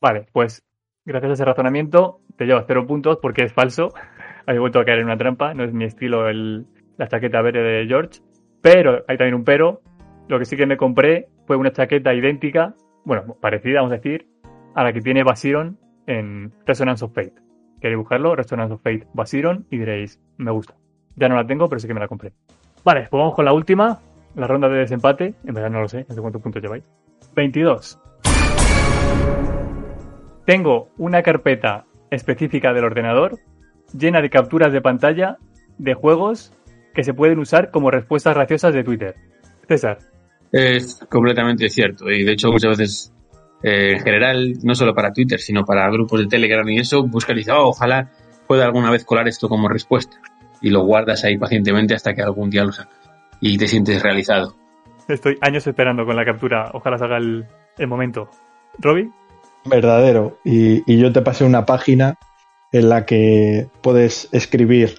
S2: Vale, pues gracias a ese razonamiento te llevas cero puntos porque es falso. (laughs) Había vuelto a caer en una trampa, no es mi estilo el- la chaqueta verde de George. Pero, hay también un pero, lo que sí que me compré fue una chaqueta idéntica, bueno, parecida, vamos a decir, a la que tiene Basiron en Resonance of Fate. Queréis buscarlo, Resonance of Fate Basiron, y diréis, me gusta. Ya no la tengo, pero sí que me la compré. Vale, pues vamos con la última, la ronda de desempate. En verdad no lo sé, no sé cuántos puntos lleváis. 22. Tengo una carpeta específica del ordenador llena de capturas de pantalla de juegos que se pueden usar como respuestas graciosas de Twitter. César,
S3: Es completamente cierto y de hecho muchas veces eh, en general, no solo para Twitter, sino para grupos de Telegram y eso, buscan y dicen, "Oh, ojalá pueda alguna vez colar esto como respuesta y lo guardas ahí pacientemente hasta que algún día lo sacas y te sientes realizado.
S2: estoy años esperando con la captura. Ojalá salga el, el momento. ¿Robbie?
S4: verdadero. Y, y yo te pasé una página en la que puedes escribir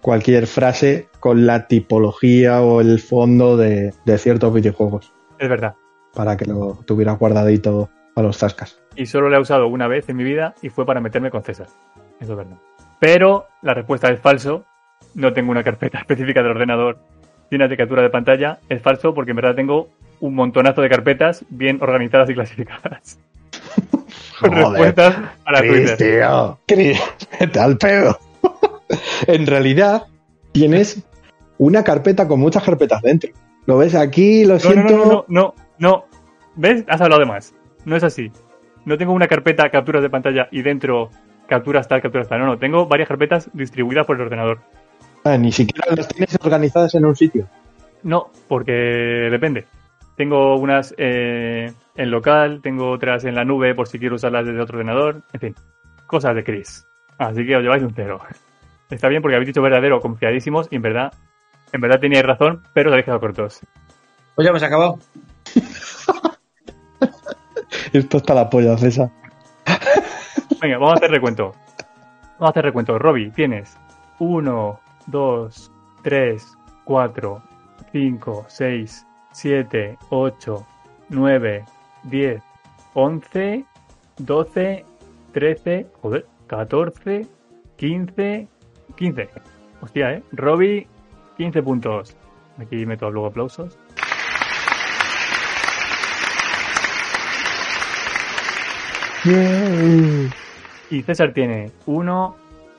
S4: cualquier frase con la tipología o el fondo de, de ciertos videojuegos
S2: Es verdad.
S4: para que lo tuvieras guardadito a
S2: (laughs)
S4: los tascas.
S2: Y solo la he usado una vez en mi vida y fue para meterme con César. Eso es verdad. Pero la respuesta es falso. No tengo una carpeta (laughs) específica del ordenador llena de captura de pantalla. Es falso porque en verdad tengo un montonazo de carpetas bien organizadas y clasificadas. Con respuestas para
S4: Chris,
S2: Twitter.
S4: tío. Chris, vete al pedo. (laughs) en realidad, tienes una carpeta con muchas carpetas dentro. Lo ves aquí, lo
S2: No, no,
S4: siento.
S2: no, no, no, no. ¿Ves? Has hablado de más. No es así. No tengo una carpeta capturas de pantalla y dentro capturas tal, capturas tal. No, no. Tengo varias carpetas distribuidas por el ordenador.
S4: Ah, ni siquiera las tienes organizadas en un sitio.
S2: No, porque depende. Tengo unas eh, en local, tengo otras en la nube por si quiero usarlas desde otro ordenador. En fin, cosas de Chris. Así que os lleváis un cero. Está bien porque habéis dicho verdadero, confiadísimos, y en verdad, en verdad teníais razón, pero os habéis quedado cortos.
S3: Pues ya hemos acabado.
S4: Esto está la polla, César.
S2: Venga, vamos a hacer recuento. Vamos a hacer recuento. Robby, tienes 1, 2, 3, 4, 5, 6, 7, 8, 9, 10, 11, 12, 13, joder, 14, 15, 15. Hostia, eh. Robby, 15 puntos. Aquí meto luego aplausos. Y César tiene 1,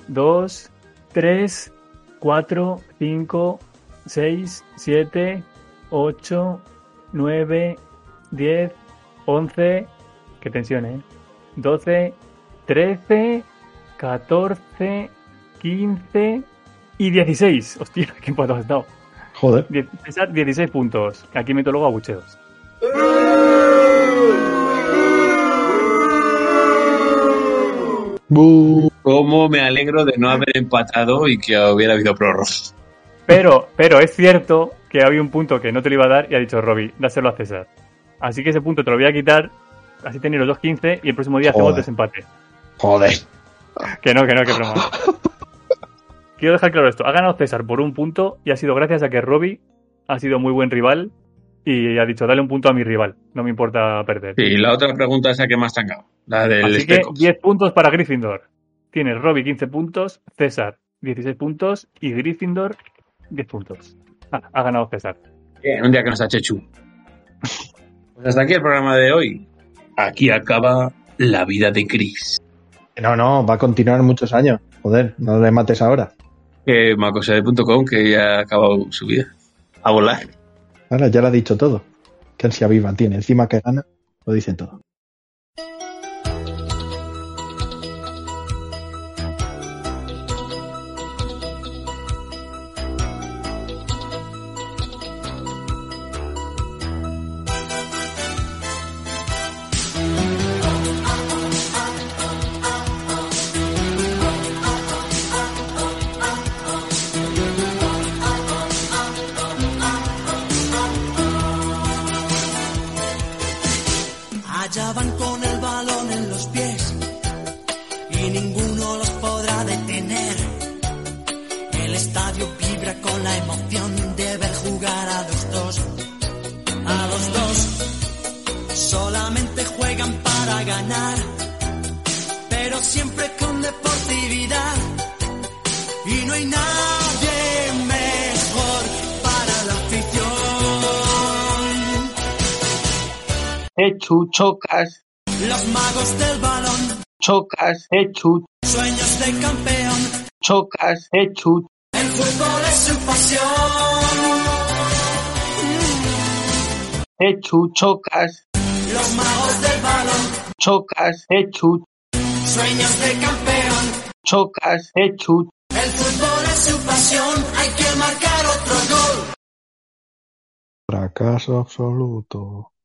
S2: 2, 3, 4, 5, 6, 7, 8, 9, 10, 11, que tensión, ¿eh? 12, 13, 14, 15 y 16. Hostia, (laughs) qué empatado has dado.
S4: Joder.
S2: Die- César, 16 puntos. Aquí meto luego abucheos.
S3: Cómo me alegro de no haber empatado y que hubiera habido prórroga.
S2: Pero, pero es cierto que había un punto que no te lo iba a dar y ha dicho Robbie, dáselo a César. Así que ese punto te lo voy a quitar, así tenéis los 2.15 y el próximo día hacemos
S4: Joder.
S2: desempate.
S4: Joder.
S2: Que no, que no, que broma. Quiero dejar claro esto, ha ganado César por un punto y ha sido gracias a que Robbie ha sido muy buen rival y ha dicho, dale un punto a mi rival, no me importa perder.
S3: Sí, y la otra pregunta es la que más tangado, la del
S2: Así que
S3: Spec Ops.
S2: 10 puntos para Gryffindor. Tiene Robbie 15 puntos, César 16 puntos y Gryffindor 10 puntos. Ah, ha ganado César.
S3: Bien, un día que nos ha Chechu. Pues hasta aquí el programa de hoy. Aquí acaba la vida de Chris.
S4: No, no, va a continuar muchos años. Joder, no le mates ahora.
S3: Eh, macosade.com que ya ha acabado su vida. A volar.
S4: Ahora ya lo ha dicho todo. Qué ansia viva tiene. Encima que gana, lo dice todo.
S8: Allá
S10: la emoción de ver jugar a los dos. A los dos solamente juegan para ganar, pero siempre con deportividad. Y no hay nadie mejor para la afición.
S3: Eh, chu, chocas,
S10: Los magos del balón,
S3: chocas, eh, chu,
S10: sueños de campeón,
S3: chocas, eh, chu.
S10: el fútbol es su pasión.
S3: Eh, chu, chocas,
S10: Los magos del balón,
S3: chocas, eh, chu,
S10: sueños de campeón,
S3: chocas, eh, chu.
S10: el fútbol es su pasión, hay que marcar otro gol.
S4: Fracaso absoluto.